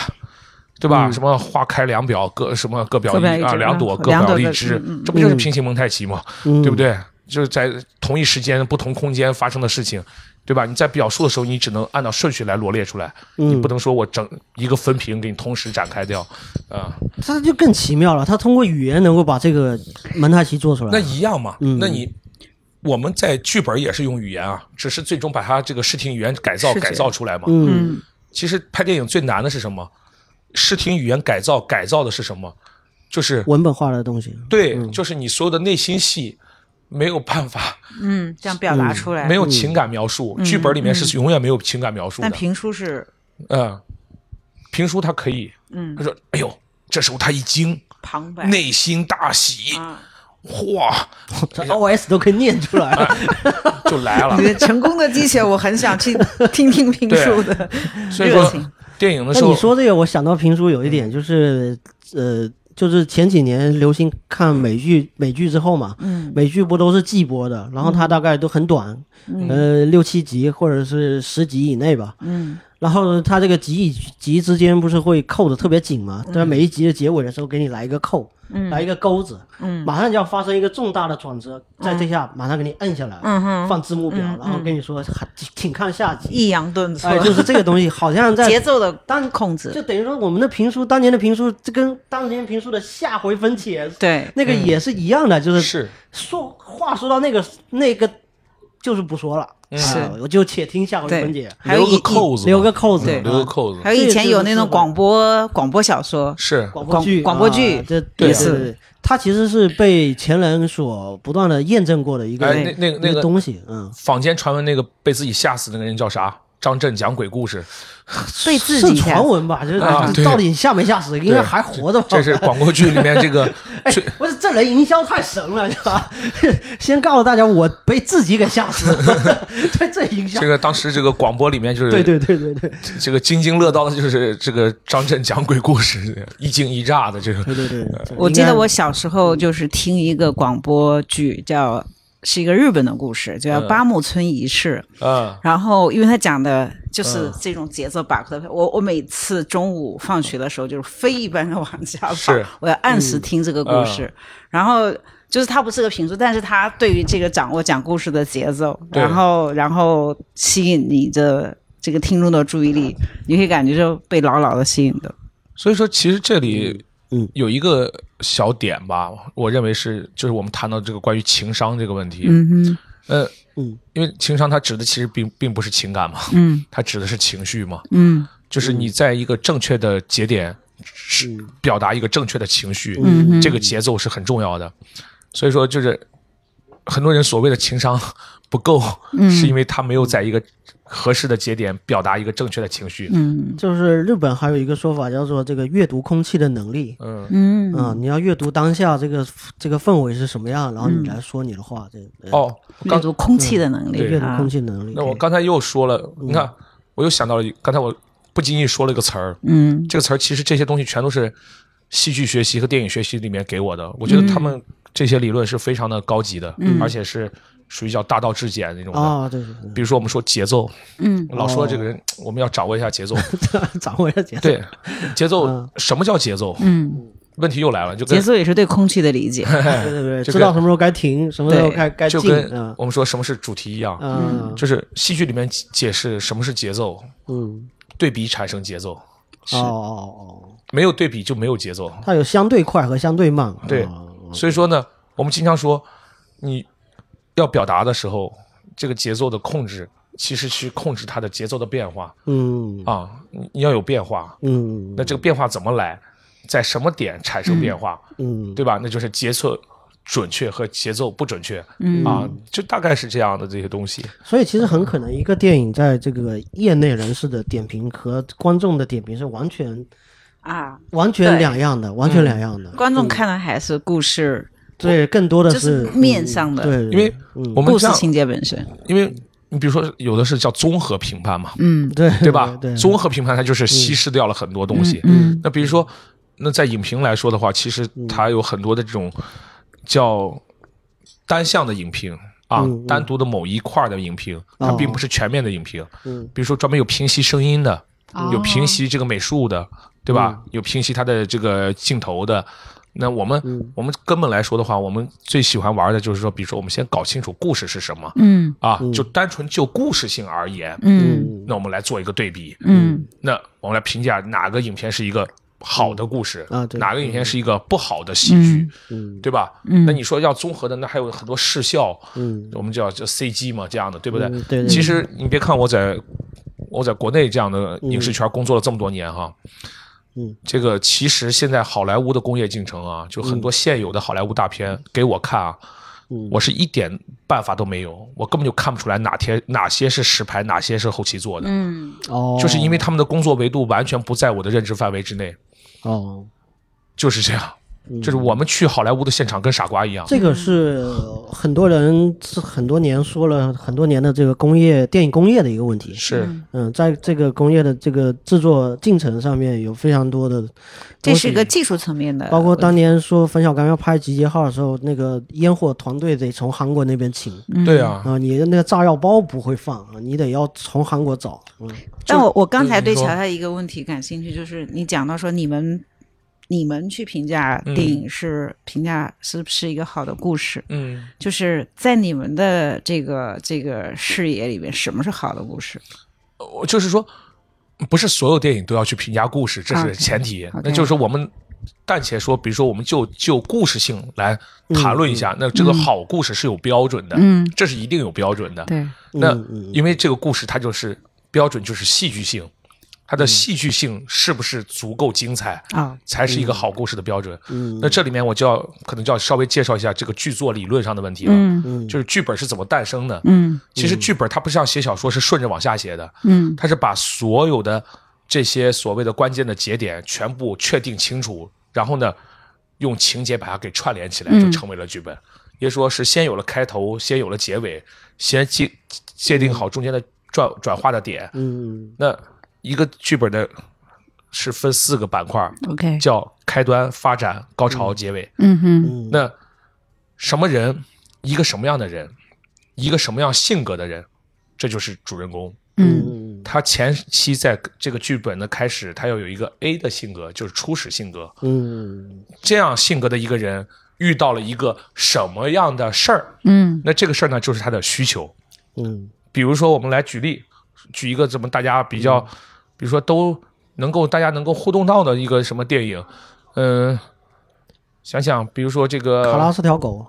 对吧？什么花开两表，各什么各表嗯各表一一啊，枝两啊朵各两表朵一各枝嗯嗯，这不就是嗯平行蒙太奇吗？嗯对不？对？就是在同一时间、不同空间发生的事情，对吧？你在表述的时候，你只能按照顺序来罗列出来，嗯你不能说我整一个分屏给你同时展开掉啊、他就更奇妙了，他通过语言能够把这个蒙太奇做出来。那一样嘛。嗯那你我们在剧本也是用语言啊，只是最终把它这个视听语言改造视觉改造出来嘛。嗯嗯其实拍电影最难的是什么？视听语言改造改造的是什么？就是文本化的东西，对，就是你所有的内心戏没有办法，嗯，这样表达出来没嗯有情感描述，嗯剧本里面是永远没有情感描述的。但评书是嗯，评书他可以，嗯他呃说：“哎呦，这时候他一惊，旁白内心大喜，啊， 嚯，这 OS 都可以念出来啊了。就来 了你。的成功的技巧，我很 想去听听评书的。”所以热说情，电影的那时你候，说这个，我想到评书有一嗯点就是，呃，就是前几年流行看美剧，美剧之后嘛，嗯美剧不都是季播的，然后它大概都很短，呃，六七集或者是十集以内吧。嗯然后它这个集与集之间不是会扣的特别紧嗯嘛？在每一集的结尾的时候，给你来一个扣，来一个钩子，嗯马上就要发生一个重大的转折，在这下马上给你摁下来，嗯哼，放字幕表，嗯然后跟你说，还请请看下集。抑扬顿挫哎，，就是这个东西，好像 在节奏的当控就制，等于说我们的评书，当年的评书，这跟当年评书的下回分解，对，那个也是一样的，就是是说话说到那个那个，就是不说了，嗯是啊我就且听下回分解对，，还有留个以扣子嘛，留个扣子，对啊留个扣子还有以前有那种广播广播小说，是广播剧，广广播剧啊这对也是是它其实是被前人所不断的验证过的一个哎那那个那一个东西，嗯，坊间传闻那个被自己吓死那个人叫啥？张震讲鬼故事，对自是己吓传闻吧？就是啊对到底吓没吓死？应该对还活着吧？这是广播剧里面这个哦 哎最，不是这人营销太神了，是吧？先告诉大家，我被自己给吓死了， 对这营销这，个当时这个广播里面就是对对对对对这个津津乐道的就是这个张震讲鬼故事，一惊一乍的这个对对对。我应记该得我小时候就是听一个广播剧，叫是一个日本的故事，叫嗯《八木村仪式》。嗯啊然后，因为他讲的就是嗯这种节奏把控的，我我每次中午放学的时候就是飞一般的往家跑是，嗯我要按时听这个故事。然后就是它不是个评书，但是它对于这个掌握讲故事的节奏，对然后然后吸引你的这个听众的注意力，你会感觉就被牢牢的吸引的。所以说，其实这里嗯有一个小点吧，我认为是就是我们谈到这个关于情商这个问题，嗯呃，嗯，因为情商它指的其实并并不是情感嘛，哼，嗯它指的是情绪嘛，嗯就是你在一个正确的节点是表达一个正确的情绪，嗯哼，这个节奏是很重要的。所以说，就是很多人所谓的情商不够，嗯是因为他没有在一个合适的节点表达一个正确的情绪。嗯就是日本还有一个说法叫做这个阅读空气的能力。嗯，嗯啊、你要阅读当下这个这个氛围是什么样，然后嗯你来说你的话，这呃哦，我刚嗯阅读空气的能对力阅读啊，空气能力。那我刚才又说了，你看，我又想到了一，刚才我不经意说了一个词儿，嗯这个词儿其实这些东西全都是戏剧学习和电影学习里面给我的。我觉得他嗯们这些理论是非常的高级的，而且是属于叫大道至简那种的。哦啊、对对比如说，我们说节奏，嗯老说这个人， 我们要掌握一下节奏。 对，掌握一下节奏。对，节奏，什么叫节奏？嗯问题又来了，就节跟奏也是对空气的理 解。对对对，这知个道什么时候该停，什么时候对该该就进跟嗯啊，我们说什么是主题一样，嗯就是戏剧里面解释什么是节奏，嗯，对比产生节奏，哦哦哦，没有对比就没有节奏。它有相对快和相对慢，对啊所以说呢，我们经常说，你要表达的时候，这个节奏的控制，其实去控制它的节奏的变化嗯啊，你你要有变化。嗯那这个变化怎么来，在什么点产生变化，嗯，对吧？那就是节奏准确和节奏不准确嗯啊，就大概是这样的这些东西。所以其实很可能一个电影在这个业内人士的点评和观众的点评是完全啊，完全两样的，完全两样嗯的。观众看的还是故事，对，更多的嗯就是面上的对，因为我们故这事样，情节本身。因为你比如说有的是叫综合评判嘛，嗯对对吧？对，综合评判它就是稀释掉了很多东西。嗯那比如说，那在影评来说的话，其实它有很多的这种叫单向的影评啊，嗯嗯单独的某一块儿的影评，它哦并不是全面的影评。嗯比如说专门有评析声音的，哦有评析这个美术的，对吧？有评析它的这个镜头的。那我们、我们根本来说的话，我们最喜欢玩的就是说，比如说我们先搞清楚故事是什么嗯啊，就单纯就故事性而言，嗯那我们来做一个对比，嗯那我们来评价哪个影片是一个好的故事，啊对哪个影片是一个不好的戏剧，嗯对吧？嗯那你说要综合的，那还有很多视效，嗯我们叫叫 CG 嘛，这样的，对不对？嗯对对其实你别看我在我在国内这样的影视圈工作了这么多年哈，嗯，这个其实现在好莱坞的工业进程啊，就很多现有的好莱坞大片给我看啊。嗯我是一点办法都没有，我根本就看不出来哪天哪些是实拍，哪些是后期做的。嗯哦，就是因为他们的工作维度完全不在我的认知范围之内，哦，嗯就是这样。 就是我们去好莱坞的现场跟傻瓜一样，这个是呃很多人是很多年说了很多年的这个工业电影工业的一个问题。是嗯，在这个工业的这个制作进程上面有非常多的，这是一个技术层面的，包呃括当年说冯小刚要拍《集结号》的时候，那个烟火团队得从韩国那边请嗯对啊，啊、你的那个炸药包不会放啊，你得要从韩国找。嗯但我我刚才就对是乔说乔一个问题感兴趣，就是你讲到说你们你们去评价电影是、评价是不是一个好的故事，嗯，就是在你们的这个这个视野里面，什么是好的故事？我就是说，不是所有电影都要去评价故事，这是 OK，前提。 OK 那就是说，我们暂且说，比如说，我们就就故事性来嗯谈论一下，那这个好故事是有标准的，嗯，这是一定有标准的。对，那嗯嗯因为这个故事它就是标准，就是戏剧性，它嗯的戏剧性是不是足够精彩？啊、才是一个好故事的标准。嗯那这里面我就要可能就要稍微介绍一下这个剧作理论上的问题了，嗯嗯就是剧本是怎么诞生的。嗯其实剧本它不像写小说是顺着往下写的，嗯它是把所有的这些所谓的关键的节点全部确定清楚，然后呢，用情节把它给串联起来，就成为了剧本。也说是先有了开头，先有了结尾，先界界定好中间的转转化的点。嗯那一个剧本的是分四个板块儿， ，OK，叫开端、发展、高潮、结尾。嗯哼，嗯那什么人，一个什么样的人，一个什么样性格的人，这就是主人公。嗯嗯他前期在这个剧本的开始，他要有一个 A 的性格，就是初始性格。嗯这样性格的一个人遇到了一个什么样的事儿，嗯那这个事儿呢，就是他的需求。嗯比如说，我们来举例，举一个怎么大家比嗯较，比如说都能够大家能够互动到的一个什么电影，嗯、想想，比如说这卡拉个是条狗，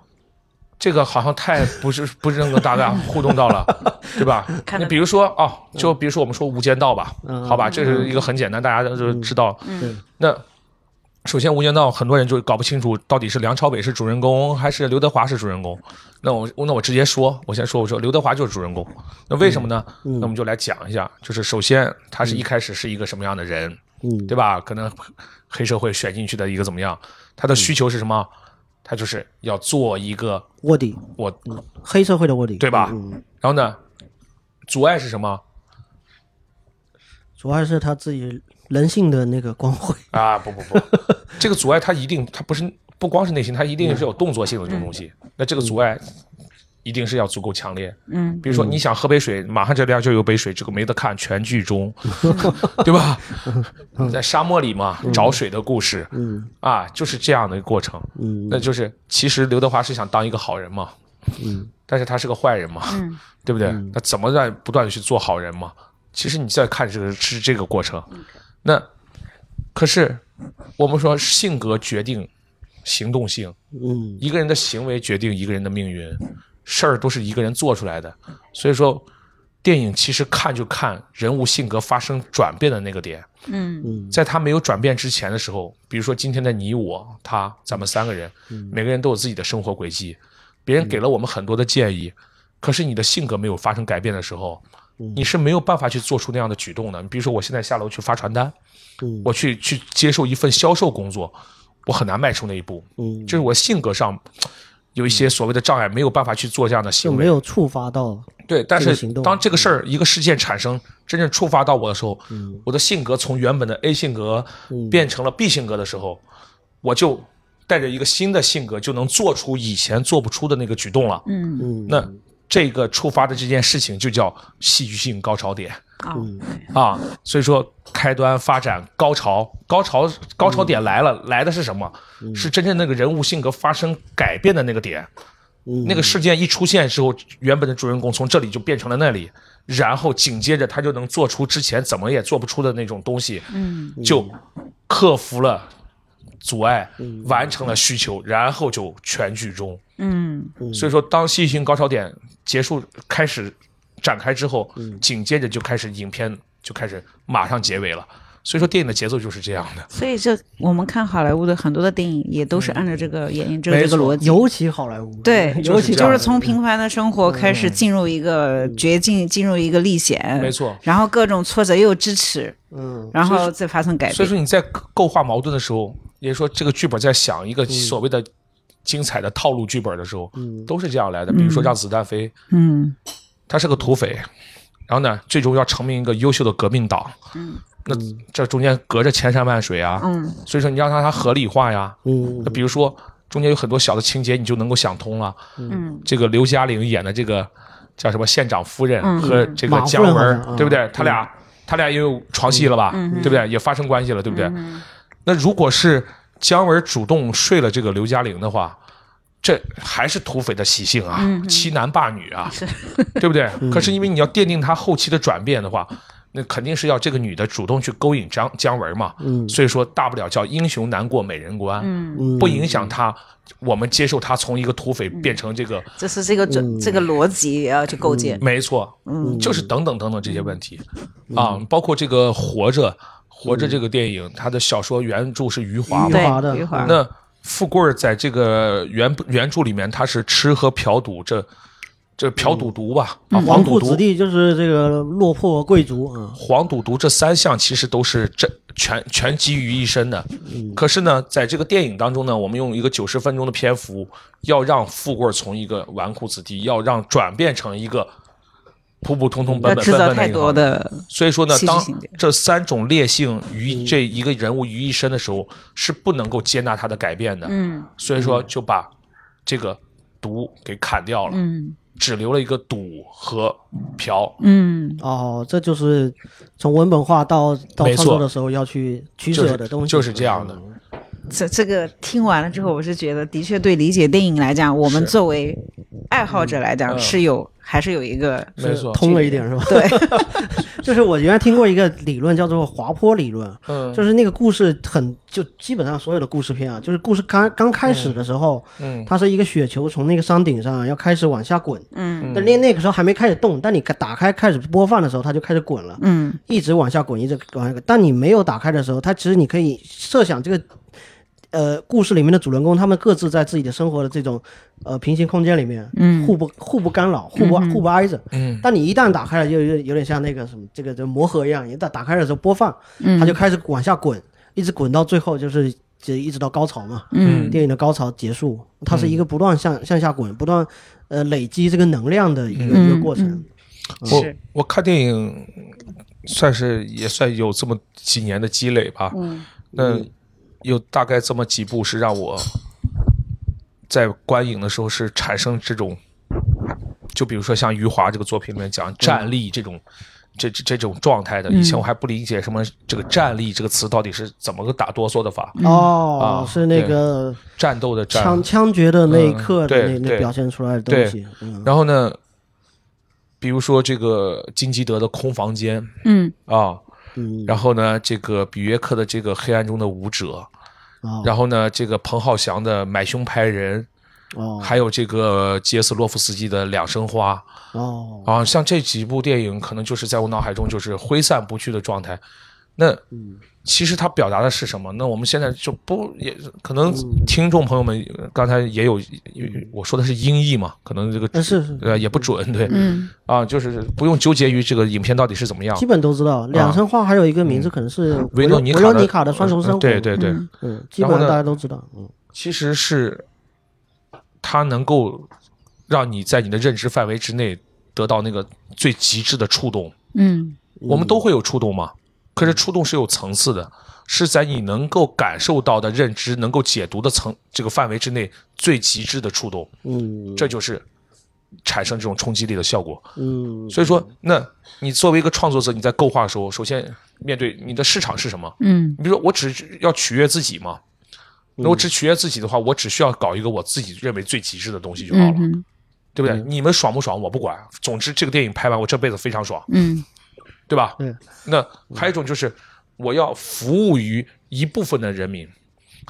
这个好像太不是 不是能够大家互动到了， 对吧？看你得比如说啊，就比如说我们说《无间道》吧，嗯好吧，这是一个很简单，大家都知道。嗯那首先，《无间道》很多人就搞不清楚到底是梁朝伟是主人公还是刘德华是主人公。那我那我直接说，我先说，我说刘德华就是主人公。那为什么呢？嗯那我们就来讲一下，就是首先他是一开始是一个什么样的人，嗯对吧？可能黑社会选进去的一个怎么样？他嗯的需求是什么？他就是要做一个卧底，我，黑社会的卧底，对吧嗯，然后呢，阻碍是什么？主要是他自己人性的那个光辉。啊，不不不， 这个阻嗯碍它一定，它不是不光是内心，它一定是有动作性的这种东西。那这个阻碍一定是要足够强烈。嗯比如说你想喝杯水，马上这边就有杯水，这个没得看，全剧终， 对吧？在沙漠里嘛，找水的故事嗯啊，就是这样的一个过程。嗯那就是其实刘德华是想当一个好人嘛，嗯但是他是个坏人嘛，嗯对不对？那怎么在不断的去做好人嘛？其实你在看这个是这个过程。那可是我们说性格决定行动性，嗯一个人的行为决定一个人的命运，事儿都是一个人做出来的。所以说，电影其实看就看人物性格发生转变的那个点，嗯嗯在他没有转变之前的时候，比如说今天的你我他，咱们三个人，嗯每个人都有自己的生活轨迹，别人给了我们很多的建议，可是你的性格没有发生改变的时候。嗯你是没有办法去做出那样的举动的。你比如说，我现在下楼去发传单，嗯我去去接受一份销售工作，我很难迈出那一步。嗯，就是我性格上有一些所谓的障碍，没有办法去做这样的就行没为。有触发到对，但这个是行动当这个事儿一个事件产生，真正触发到我的时候，嗯我的性格从原本的 A 性格嗯变成了 B 性格的时候，我就带着一个新的性格，就能做出以前做不出的那个举动了。嗯嗯那这个触发的这件事情就叫戏剧性高潮点。啊啊，所以说开端、发展、高潮，高潮高潮点来了，来的是什么？是真正那个人物性格发生改变的那个点。嗯那个事件一出现之后，原本的主人公从这里就变成了那里，然后紧接着他就能做出之前怎么也做不出的那种东西，嗯就克服了阻碍，完成了需求，然后就全剧终。嗯所以说，当戏剧性高潮点结束开始展开之后，嗯紧接着就开始影片就开始马上结尾了。所以说，电影的节奏就是这样的。所以这我们看好莱坞的很多的电影也都是按照这个演员这个嗯没这个错逻辑。尤其好莱坞对，尤其就是这样从平凡的生活开始进入一个绝境，进入一个历险，嗯没错然后各种挫折又支持，嗯然后再发生改所变。以说，你在构画矛盾的时候，也就是说这个剧本在想一嗯个所谓的精彩的套路剧本的时候，都是这样来的。比如说，让子弹飞，嗯他是个土匪，然后呢，最终要成名一个优秀的革命党。嗯，那这中间隔着千山万水啊，嗯所以说你要让它合理化呀。嗯那比如说，中间有很多小的情节，你就能够想通了。嗯这个刘嘉玲演的这个叫什么县长夫人嗯和这个马夫姜人文好像儿，啊对不对？他俩他俩也有床戏了吧？嗯对不对？也发生关系了，对不对？那如果是姜文主动睡了这个刘嘉玲的话，这还是土匪的习性啊，嗯欺男霸女啊， 对不对？嗯可是因为你要奠定他后期的转变的话。那肯定是要这个女的主动去勾引姜姜文嘛，嗯所以说大不了叫英雄难过美人关，嗯，嗯不影响他，我们接受他从一个土匪变成这个，这是这个这嗯这个逻辑要去构建。没错，嗯就是等等等等这些问题啊，包括这个《活着》，《活着》这个电影，它的小说原著是余华余嘛，对华的嗯余华那富贵儿在这个原原著里面，他是吃和嫖赌这这嫖赌毒吧，啊，黄纨赌绔子毒。弟就是这个落魄贵族啊，黄赌毒这三项其实都是这全全集于一身的，可是呢，在这个电影当中呢，我们用一个九十分钟的篇幅，要让富贵儿从一个纨绔子弟，要让转变成一个普普通通、要嗯本本制分造分的太一个多行业。的，所以说呢，戏剧当性点这三种劣性于嗯这一个人物于一身的时候，是不能够接纳他的改变的。嗯所以说就把这个毒给砍掉了，嗯只留了一个赌和嫖。嗯哦，这就是从文本化到到没错创作的时候要去取舍的东西，就是就是这样的嗯这这个听完了之后，我是觉得，的确对理解电影来讲，我们是作为爱好者来讲嗯是有还是有一个没错，通了一点嗯是吧？对， 就是我原来听过一个理论叫做滑坡理论，嗯就是那个故事很就基本上所有的故事片啊，就是故事刚刚开始的时候，嗯它是一个雪球从那个山顶上要开始往下滚，嗯但那那个时候还没开始动，但你打开开始播放的时候，它就开始滚了。嗯一直往下滚，一直往下滚。但你没有打开的时候，它其实你可以设想这个，呃，故事里面的主人公他们各自在自己的生活的这种，呃，平行空间里面，嗯互不互不干扰，互不、互不挨着。嗯但你一旦打开了，就有有点像那个什么，这个就魔盒一样，一旦打开的时候播放，嗯它就开始往下滚，一直滚到最后就是。就一直到高潮嘛，嗯电影的高潮结束，它是一个不断向向下滚，不断呃累积这个能量的一个、一个嗯过程。嗯我是我看电影算是也算有这么几年的积累吧。嗯那有大概这么几部是让我在观影的时候是产生这种就比如说像余华这个作品里面讲站立这种。这这这种状态的，以前我还不理解什么这个“站立”这个词到底是怎么个打哆嗦的法，嗯哦，啊是那个战斗的战枪，枪决的那一刻的嗯那对那对表现出来的东西，嗯然后呢，比如说这个金基德的空房间嗯啊，嗯，然后呢，这个比约克的这个黑暗中的舞者，哦然后呢，这个彭浩翔的买凶拍人，哦还有这个杰斯洛夫斯基的两生花哦，啊，像这几部电影，可能就是在我脑海中就是挥散不去的状态。那嗯其实它表达的是什么？那我们现在就不也可能听众朋友们呃刚才也有，因为我说的是音译嘛，可能这个但是是呃也不准，对，嗯啊，就是不用纠结于这个影片到底是怎么样基。本都知道。两生花还有一个名字可能是嗯维罗尼维罗的尼卡的双重生活，呃对对对，嗯嗯，基本上然后大家呢都知道，嗯其实是它能够让你在你的认知范围之内得到那个最极致的触动。嗯我们都会有触动嘛，可是触动是有层次的，是在你能够感受到的认知、能够解读的层这个范围之内最极致的触动，嗯这就是产生这种冲击力的效果。嗯所以说，那你作为一个创作者，你在构画的时候，首先面对你的市场是什么？嗯你比如说，我只是要取悦自己嘛。那我只取悦自己的话，我只需要搞一个我自己认为最极致的东西就好了，嗯对不对？你们爽不爽我不管，总之这个电影拍完，我这辈子非常爽，嗯对吧？对那还有一种就是，我要服务于一部分的人民，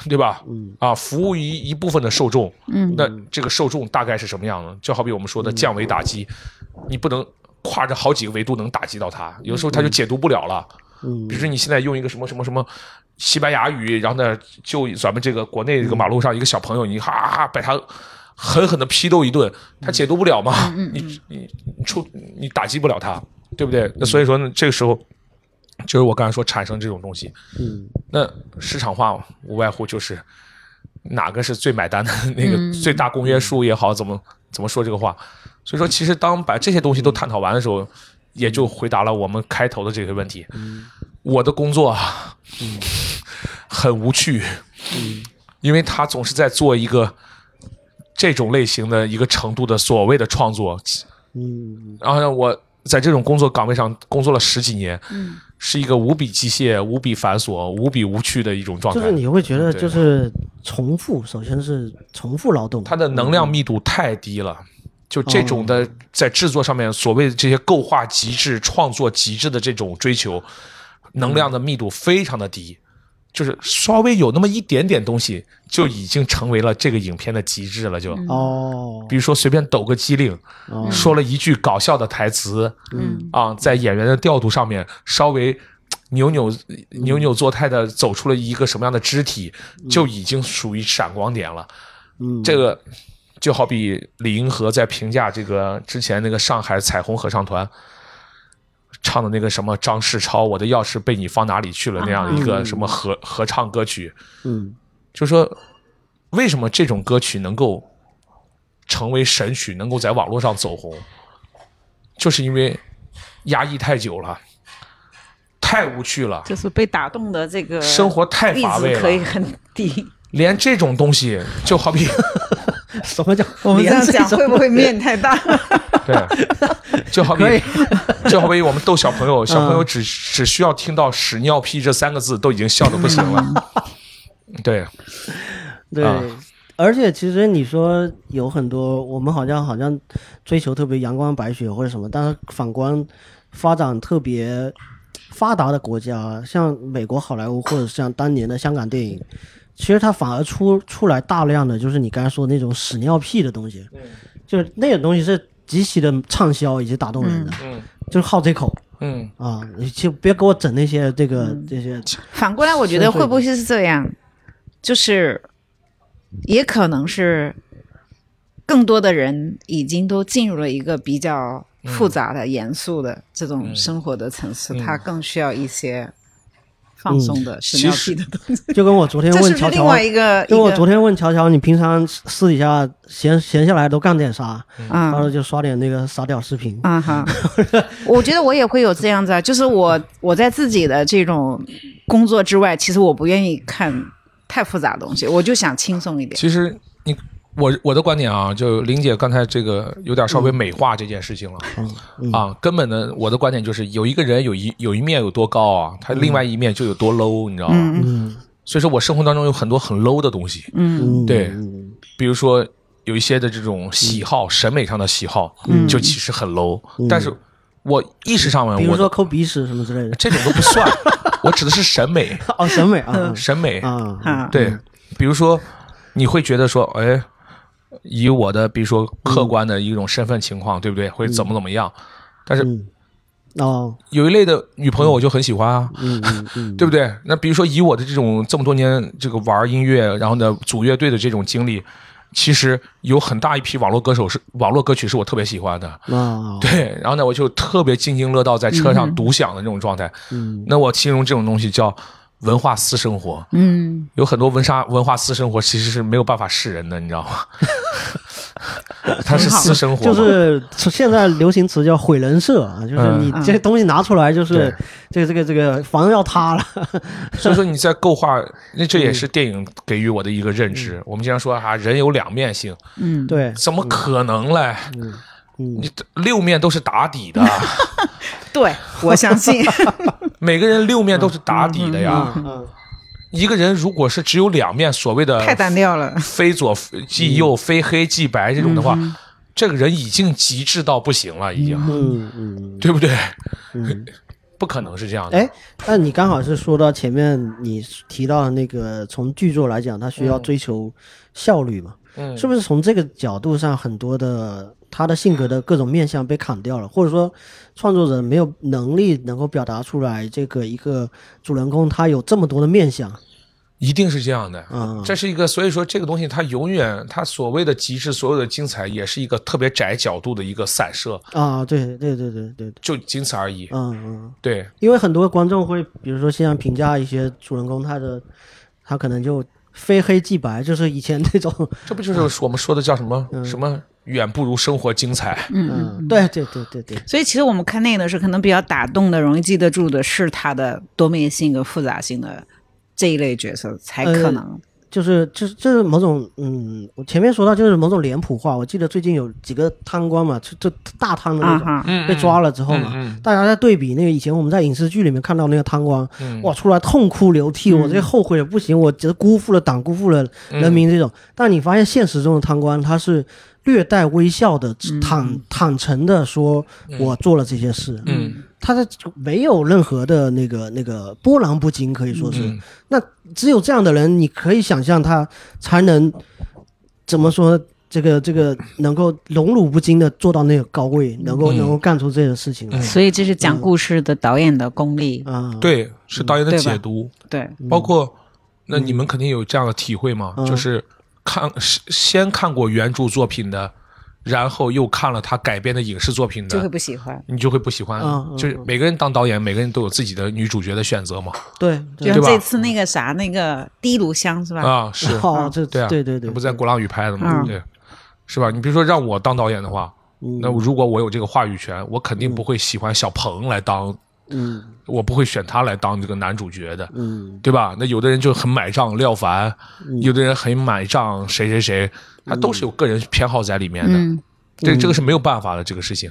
对吧？嗯啊，服务于一部分的受众，嗯那这个受众大概是什么样呢？就好比我们说嗯的降维打击，你不能跨着好几个维度能打击到他，有的时候他就解读不了了。嗯比如说你现在用一个什么什么什么西班牙语，然后呢，就咱们这个国内这个马路上一个小朋友，你哈哈哈把他狠狠的批斗一顿，他解读不了嘛，你你你出你打击不了他，对不对？那所以说呢，这个时候就是我刚才说产生这种东西，嗯那市场化无外乎就是哪个是最买单的 那个最大公约数也好，怎么怎么说这个话。所以说，其实当把这些东西都探讨完的时候，也就回答了我们开头的这个问题。我的工作啊很无趣，因为他总是在做一个这种类型的一个程度的所谓的创作，嗯然后呢，我在这种工作岗位上工作了十几年，嗯是一个无比机械、无比繁琐、无比无趣的一种状就态。是你会觉得对就是重复，首先是重复劳动，它的能量密度太低了。就这种哦的，在制作上面，所谓这些构画极致、创作极致的这种追求，能量的密度非常的低，就是稍微有那么一点点东西，就已经成为了这个影片的极致了。就嗯哦比如说随便抖个机灵，哦说了一句搞笑的台词，嗯啊，在演员的调度上面稍微扭扭扭扭作态的走出了一个什么样的肢体，就已经属于闪光点了。嗯这个就好比李银河在评价这个之前那个上海彩虹合唱团唱的那个什么张世超《我的钥匙被你放哪里去了》那样一个什么合合唱歌曲，嗯就说为什么这种歌曲能够成为神曲，能够在网络上走红，就是因为压抑太久了，太无趣了，就是被打动的这个生活太例乏味子可以了，很低。连这种东西就好比什么叫 我们这样连讲种会不会面太大？对， 就好比可以 嗯就好比我们逗小朋友，小朋友只只需要听到屎尿屁这三个字，都已经笑的不行了。嗯 对，对，啊而且其实你说有很多，我们好像好像追求特别阳光白雪或者什么，但是反观发展特别发达的国家，像美国好莱坞或者像当年的香港电影，其实它反而出出来大量的就是你刚才说的那种屎尿屁的东西，就是那种东西是极其的畅销以及打动人的，嗯就是好这口嗯，啊，你就别给我整那些这个、这些，反过来，我觉得会不会是这样？就是也可能是更多的人已经都进入了一个比较复杂的、严肃的这种生活的层嗯次，他更需要一些放松的、屎尿屁的东西。就跟我昨天这哎是问不是乔乔。另外一个？一因为我个昨天问乔乔，你平常私底下闲闲下来都干点啥？他啊说就刷点那个傻屌视频。啊 哈，我觉得我也会有这样子啊，就是我我在自己的这种工作之外，其实我不愿意看太复杂的东西，我就想轻松一点。其实你我我的观点啊，就玲姐刚才这个有点稍嗯微美化这件事情了、嗯啊。根本的，我的观点就是，有一个人有一有一面有多高啊，他另外一面就有多 low，你知道吗？嗯嗯所以说我生活当中有很多很 low 的东西，嗯嗯，对嗯比如说有一些的这种喜好、审美上的喜好，嗯就其实很 low，、但是我意识上面比如我说的抠鼻屎什么之类的， 这种都不 算，我指的是审美，哦，审美嗯啊审美，啊啊，啊，对，比如说你会觉得说，哎，以我的比如说嗯客观的一种身份情况，对不对？会怎么怎么样？但是嗯，哦，有一类的女朋友我就很喜欢啊，嗯嗯嗯，对不对？那比如说以我的这种这么多年这个玩音乐，然后呢组乐队的这种经历，其实有很大一批网络歌手是网络歌曲是我特别喜欢的，啊，对。然后呢，我就特别津津乐道在车上独享的这种状态。嗯那我形容这种东西叫文化私生活。嗯有很多文化文化私生活其实是没有办法示人的，你知 道吗？它是私生活就嘛，是现在流行词叫毁人设啊，就是你嗯这东西拿出来，就是对这个这个这个房要塌了， 所以说你在构画，那这也嗯是电影给予我的一个认知。我们经常说啊，人有两面性，嗯，对，怎么可能嘞？嗯你六面都是打 底的，对，我相 信，每个人六面都是打底的呀。嗯一个人如果是只有两面，所谓的太单调了。非左即嗯右、非黑即白这种的话，这个人已经极致到不行了，已经，嗯嗯对不对？嗯。 不可能是这样的。哎，那你刚好是说到前面你提到的那个，从剧作来讲，它需要追求效率嘛？嗯是不是从这个角度上，很多的他的性格的各种面相被砍掉了，或者说创作者没有能力能够表达出来这个一个主人公他有这么多的面相？一定是这样的。嗯这是一个，所以说这个东西它永远，它所谓的极致，所有的精彩，也是一个特别窄角度的一个散射，啊，对对对对对，对就仅此而已。嗯嗯，对，因为很多观众会，比如说现在评价一些主人公他的，他可能就非黑即白，就是以前那种，这不就是我们说的叫什么、什么远不如生活精彩？嗯，对对对对对，所以其实我们看那个的时候，可能比较打动的、容易记得住的是他的多面性和复杂性的这一类角色，才呃可能。就是就是就是某种嗯，我前面说到就是某种脸谱化。我记得最近有几个贪官嘛，就就大贪的那啊种、哈，嗯被抓了之后嘛，嗯大家在对比那个以前我们在影视剧里面看到那个贪官，嗯哇，出来痛哭流涕，我这后悔的不行，我觉得辜负了党，辜负了人民这种。嗯但你发现现实中的贪官，他是略带微笑的、嗯坦坦诚的说，我做了这些事，嗯，他的没有任何的那个那个波澜不惊，可以说是。嗯那只有这样的人，你可以想象他才能怎么说？这个这个能够荣辱不惊的做到那个高位，能够、嗯能够干出这些事情来所以这是讲故事的导演的功力。嗯啊、对，是导演的对吧解读，对，包括那你们肯定有这样的体会嘛，嗯就是看是先看过原著作品的，然后又看了他改编的影视作品就会的。不喜欢。你就会不喜欢，嗯嗯就是每个人当导演，每个人都有自己的女主角的选择嘛。对就对像对吧这次那个啥，那个低炉香是吧？啊，是，好，哦这对啊，对对对那不在鼓浪屿拍的嘛，嗯对，是吧？你比如说让我当导演的话，嗯那如果我有这个话语权，我肯定不会喜欢小鹏来当，嗯我不会选他来当这个男主角的，嗯对吧？那有的人就很买账廖凡，有的人很买账谁谁谁，他都嗯是有个人偏好在里面的，嗯，这这个是没有办法的这个事情，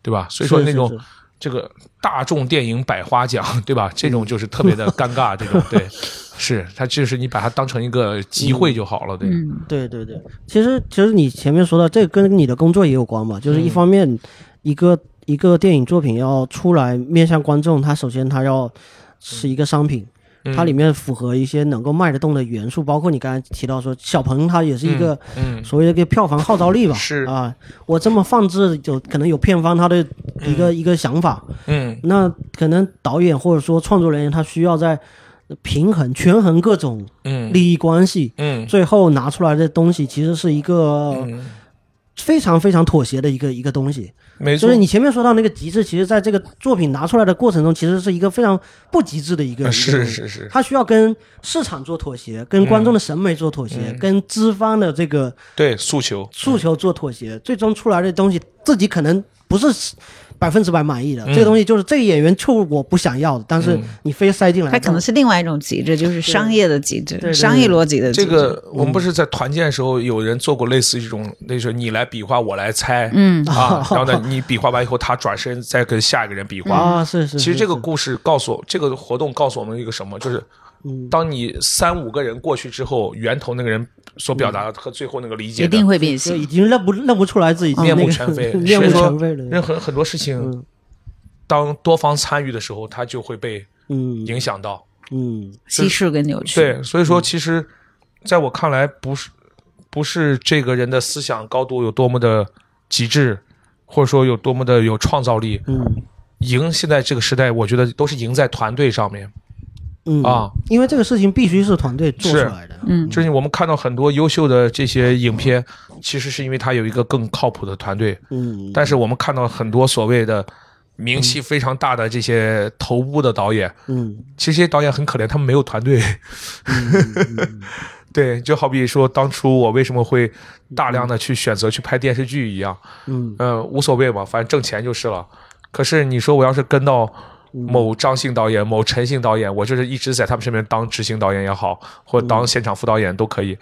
对吧？所以说是那是种。是这个大众电影百花奖，对吧？这嗯种就是特别的尴尬，这种对， 是它就是你把它当成一个集会就好了，对，嗯对对对，其实其实你前面说到这跟你的工作也有关嘛，就是嗯一方面，一个、一个电影作品要出来面向观众，它首先它要嗯是一个商品，它里面符合一些能够卖得动的元素，包括你刚才提到说小鹏，它也是一个嗯所谓的一个票房号召力吧，是啊，我这么放置有可能有片方他的一个、一个想法，嗯，那可能导演或者说创作人员他需要在平衡权衡各种嗯利益关系，嗯最后拿出来的东西其实是一个嗯，非常非常妥协的一个一个东西。没就错是，你前面说到那个极致，其实在这个作品拿出来的过程中，其实是一个非常不极致的一个。呃一个是嗯东西是是，它需要跟市场做妥协，跟观众的审美做妥协，嗯跟资方的这个对诉求，诉求做妥协，最终出来的东西自己可能不是百分之百满意的。嗯这个东西就是这个演员就是我不想要的，但是嗯你非塞进来，它可能是另外一种极致，就是商业的极对致，对商业逻辑的极致。这个我嗯们不是在团建时候有人做过类似这种，那时候你来比划，我来猜，嗯 啊，然后呢，你比划完以后，他转身再跟下一个人比划。嗯啊，是是。其实是这个是故事告诉这个活动告诉我们一个什么，就是嗯当你三五个人过去之后，源头那个人所表嗯达的和最后那个理解一的定会变就已形。经认不认不出来自己面目那个 全非。面所以目说全非了。任何很多事情嗯，当多方参与的时候，它就会被嗯影响到。嗯稀释跟扭曲，对，啊所以说其实，在我看来，不是不是这个人的思想高度有多么的极致，或者说有多么的有创造力，嗯赢现在这个时代，我觉得都是赢在团队上面。嗯啊，因为这个事情必须是团队做出是来的。嗯，就是我们看到很多优秀的这些影片，其实是因为他有一个更靠谱的团队。嗯，但是我们看到很多所谓的名气非常大的这些头部的导演，嗯其实这些导演很可怜，他们没有团队。嗯 对，就好比说当初我为什么会大量的去选择去拍电视剧一样，嗯嗯，无所谓嘛，反正挣钱就是了。可是你说我要是跟到嗯某张姓导演、某陈姓导演，我就是一直在他们身边当执行导演也好，或者当现场副导演都可以。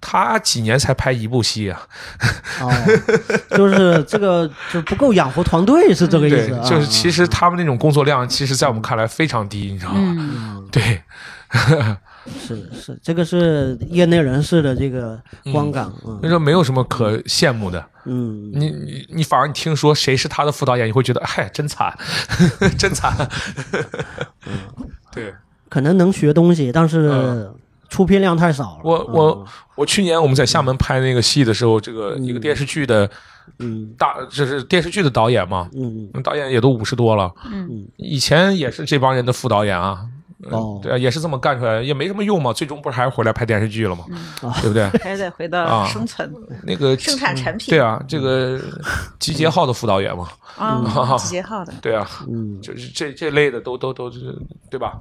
他几年才拍一部戏啊？哦，就是这个就不够养活团队是这个意对思啊，。就是其实他们那种工作量，其实在我们看来非常低，你知道嗯吗？对，是是，这个是业内人士的这个观感。嗯所以说没有什么可羡慕的。嗯你你你反而你听说谁是他的副导演，你会觉得嗨，真惨， 真惨。嗯对可能能学东西，但是嗯出片量太少了。我嗯我我去年我们在厦门拍那个戏的时候，这个一个电视剧的嗯大，就是电视剧的导演嘛，嗯导演也都五十多了，嗯，以前也是这帮人的副导演啊。哦对啊，也是这么干出来，也没什么用嘛，最终不是还是回来拍电视剧了嘛，对不对？哦还是得回啊到生存那个嗯生产产品对啊，这个嗯集结号的副导演嘛，啊，集结号的，对啊，嗯就是这这类的都都都是对吧？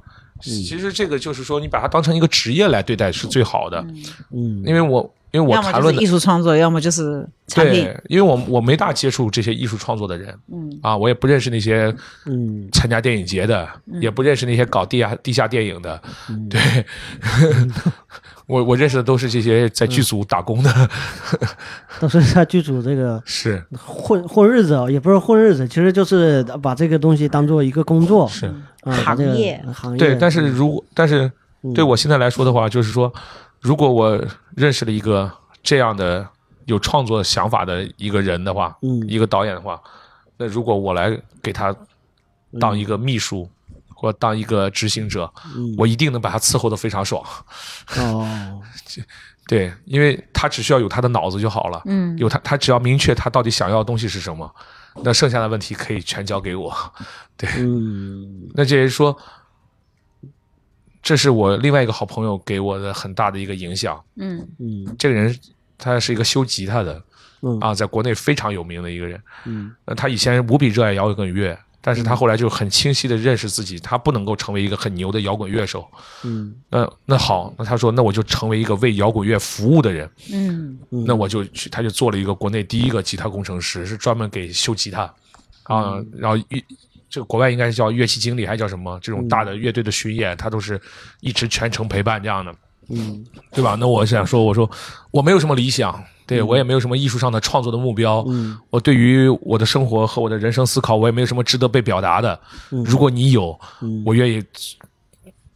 其实这个就是说，你把它当成一个职业来对待是最好的，嗯因为我因为我要么谈就论是的艺术创作，要么就是产品对，因为我我没大接触这些艺术创作的人，嗯啊，我也不认识那些嗯参加电影节的，嗯也不认识那些搞地下地下电影的，嗯对， 我我认识的都是这些在剧组打工的，嗯都是在剧组这个是混混日子啊，也不是混日子，其实就是把这个东西当做一个工作，是，啊把这个行业行业。对，但是如果但是嗯对我现在来说的话，就是说，如果我认识了一个这样的有创作想法的一个人的话，嗯一个导演的话，那如果我来给他当一个秘书。或当一个执行者，嗯我一定能把他伺候的非常爽。哦，对，因为他只需要有他的脑子就好了。嗯有他，他只要明确他到底想要的东西是什么，那剩下的问题可以全交给我。嗯那这人说，这是我另外一个好朋友给我的很大的一个影响。嗯嗯这个人他是一个修吉他的嗯啊，在国内非常有名的一个人。嗯那他以前无比热爱摇滚乐，但是他后来就很清晰的认识自己，他不能够成为一个很牛的摇滚乐手。嗯那那好，那他说，那我就成为一个为摇滚乐服务的人。嗯嗯那我就去，他就做了一个国内第一个吉他工程师，是专门给修吉他啊，嗯然后乐这个国外应该是叫乐器经理，还叫什么？这种嗯大的乐队的巡演，他都是一直全程陪伴这样的，嗯对吧？那我想说，我说我没有什么理想，对我也没有什么艺术上的创作的目标，嗯我对于我的生活和我的人生思考，我也没有什么值得被表达的。嗯如果你有，嗯我愿意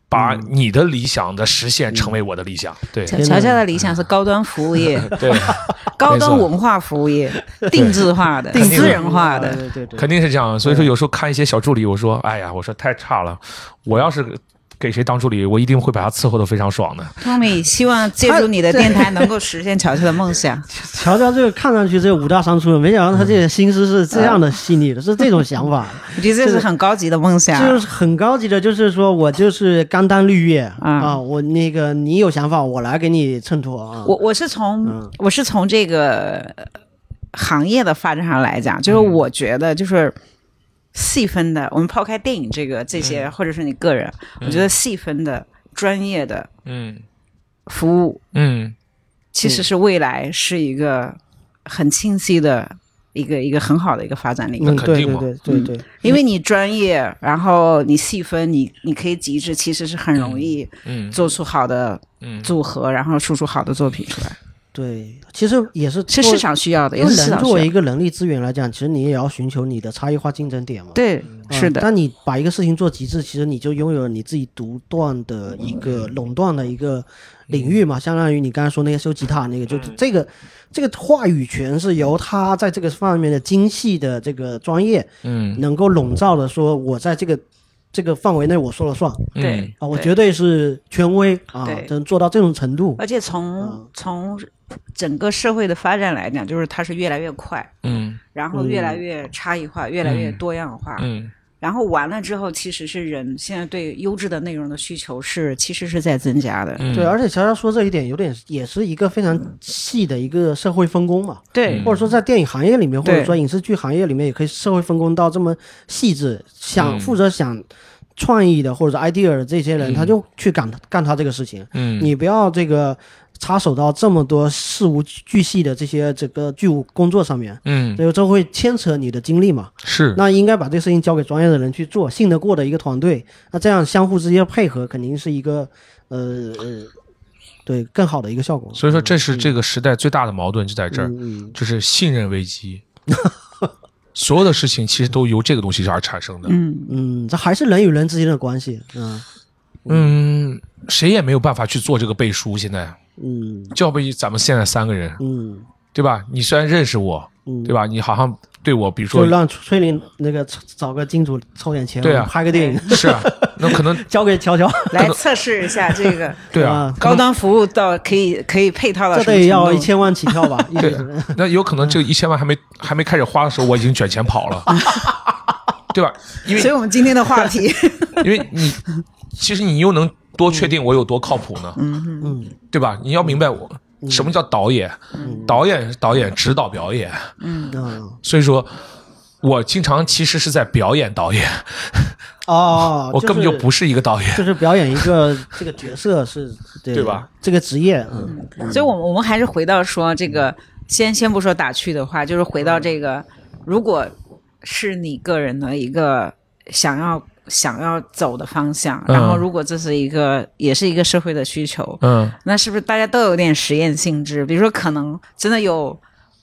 把你的理想的实现嗯成为我的理想，对乔乔乔的理想是高端服务业，对。高端文化服务业，定制化的、私人化的，对对对，肯定是这样。所以说有时候看一些小助理，我说，哎呀，我说太差了，我要是给谁当助理，我一定会把他伺候的非常爽的。 Tommy 希望借助你的电台能够实现乔乔的梦想。乔乔这个看上去这五大三粗的，没想到他这个心思是这样的细腻的，是这种想法，我觉得这是很高级的梦想。这就是很高级的，就是说我就是甘当绿叶嗯啊，我那个你有想法，我来给你衬托啊。我我是从、我是从这个呃行业的发展上来讲，就是我觉得就是细分的，我们抛开电影这个这些，或者是你个人，我觉得细分的专业的嗯服务，嗯其实是未来是一个很清晰的一个一个很好的一个发展领域。那嗯，肯对定对嘛对对对，因为你专业，然后你细分，你你可以极致，其实是很容易嗯做出好的嗯，组合，然后输出好的作品出来，对，其实也是是做市场需要的，因也为是市人场作需要为一的。个人力资源来讲，其实你也要寻求你的差异化竞争点嘛。对，嗯是的，当你把一个事情做极致，其实你就拥有了你自己独断的一个垄断的一个领域嗯嘛，相当于你刚才说那个修吉他那个，就这个这个话语权是由他在这个方面的精细的这个专业嗯能够笼罩的，说我在这个这个范围内我说了算嗯对啊，我绝对是权威啊对，能做到这种程度。而且嗯从从整个社会的发展来讲，就是它是越来越快，嗯然后越来越差异化，越来越多样化。嗯然后完了之后，其实是人现在对优质的内容的需求是其实是在增加的。嗯，对，而且乔乔说这一点有点也是一个非常细的一个社会分工嘛。嗯对或者说在电影行业里面，或对者说影视剧行业里面，也可以社会分工到这么细致。想嗯负责想创意的或者 idea 的这些人，嗯他就去干干他这个事情。嗯你不要这个插手到这么多事无巨细的这些这个剧务工作上面，嗯这个这会牵扯你的精力嘛。是那应该把这个事情交给专业的人去做，信得过的一个团队。那这样相互之间配合，肯定是一个呃呃，对更好的一个效果。所以说，这是这个时代最大的矛盾就在这儿，嗯就是信任危 机。所有的事情其实都由这个东西而产生的。嗯，嗯，这还是人与人之间的关系。嗯。嗯，谁也没有办法去做这个背书。现在，嗯就要不咱们现在三个人，嗯对吧？你虽然认识我，嗯，对？吧？你好像对我，比如就说，让崔林那个找个金主凑点钱，对啊拍个电哎影是啊，那可能 交给乔乔，来测试一下这个对啊啊，可高能端服务到可以可以配套到这啊什么程得度要一千万起跳吧？ 一嗯对直，那有可能这个一千万还没还没开始花的时候，我已经卷钱 跑了，对吧？因为所以我们今天的话题，因为 你其实你又能多确定我有多靠谱呢，嗯对吧？你要明白我什么叫导演，导演是导演指导表演，嗯所以说。我经常其实是在表演导演，哦，我根本就是不是一个导演。就是表演一个这个角色是，对对吧？这个职业，嗯 所以我们我们还是回到说这个，先先不说打趣的话，就是回到这个，如果是你个人的一个想要想要走的方向，嗯然后如果这是一个也是一个社会的需求，嗯那是不是大家都有点实验性质？比如说，可能真的有，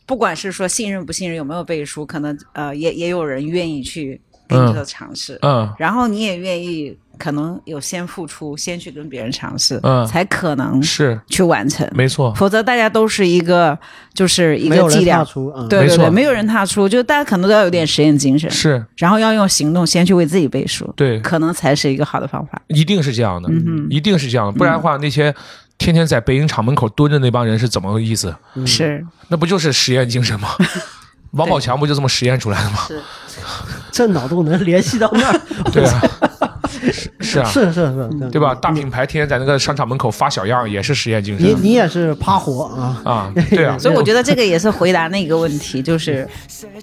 不管是说信任不信任，有没有背书，可能呃也也有人愿意去呃给你嗯这个尝试，嗯然后你也愿意可能有先付出，先去跟别人尝试，嗯才可能，是去完成。没错。否则大家都是一个就是嗯一没个有人伎踏俩，出，嗯，对没对错对，没有人踏出，就大家可能都要有点实验精神，是然后要用行动先去为自己背书，对，可能才是一个好的方法。一定是这样的，嗯一定是这样的，不然的话，那些天天在北影厂门口蹲着那帮人是怎么个意思？哼，是那不就是实验精神吗？王宝强不就这么实验出来的吗？是，这脑洞能联系到那儿，对 啊，是是 啊，是是是，对嗯吧？大品牌天天在那个商场门口发小样，也是实验精你神你也是趴活啊，啊，对啊， 所以我觉得这个也是回答那个问题，就是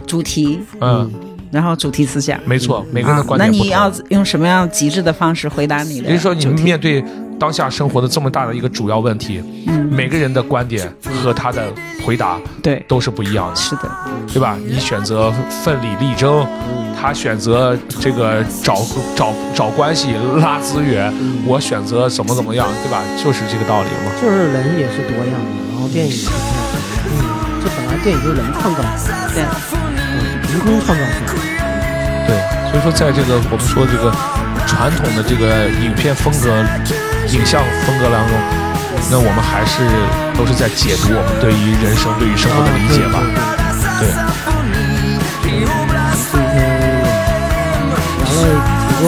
主题，嗯，然后主题思想。没错，每个人的观啊那点不你要同。用什么样极致的方式回答你也就是的？说，你们面对当下生活的这么大的一个主要问题，嗯每个人的观点和他的回答对，都是不一样的。是的，对吧？你选择奋力力争，嗯他选择这个找找找关系拉资源，嗯我选择怎么怎么样，对吧？就是这个道理嘛。就是人也是多样的，然后电影也是这样的，嗯，这本来电影就是人创造的，对。嗯凭空创造出来的。对，所以说在这个我们说这个传统的这个影片风格、影像风格当中，那我们还是都是在解读我们对于人生、对于生活的理解吧。啊嗯对。今天嗯聊了挺多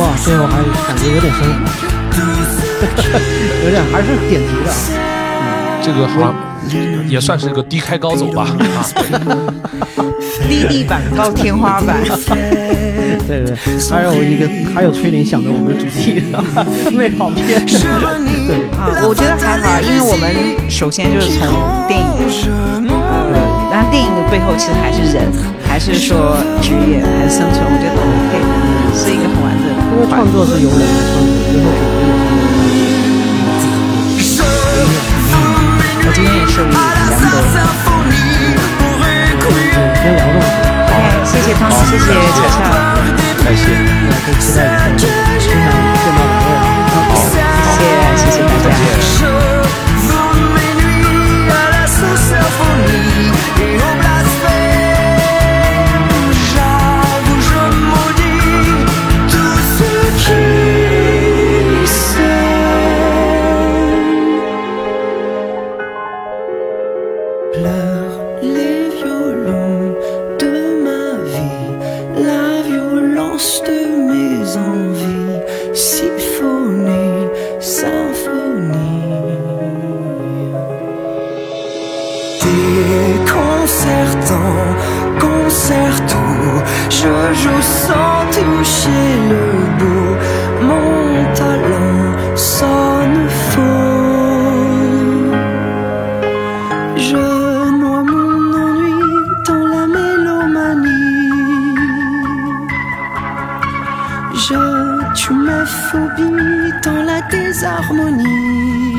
啊，最后还感觉有点生活，有点还是点题的啊。这个好像也算是个低开高走吧。啊，嗯 低地板高天花板， 对对，还有一个还有崔林想着我们主题 的内跑偏。对，啊，我觉得还好，因为我们首先就是从电影，呃，然后电影的背后其实还是人，还是说职业，还是生存，我觉得都 OK，是一个很完整的。因为创作是由人来创作，最后主题也是由人来我今天也受益良多。创作。先聊这么多。哎谢谢巧巧，感谢，那可以期待以后经常见到两位。谢谢谢谢大再家。见。 Vous m'énuis à la sous-symphonie et au blasphème. J'avoue, je maudis tout ce qui s'aime. Pleure les violons de ma vie, la violence de mes envies, symphonie, symphonie déconcertant, concerto. Je joue sans toucher le bout. Mon talent sonne faux. Je noie mon ennui dans la mélomanie. Je tue ma phobie dans la désharmonie.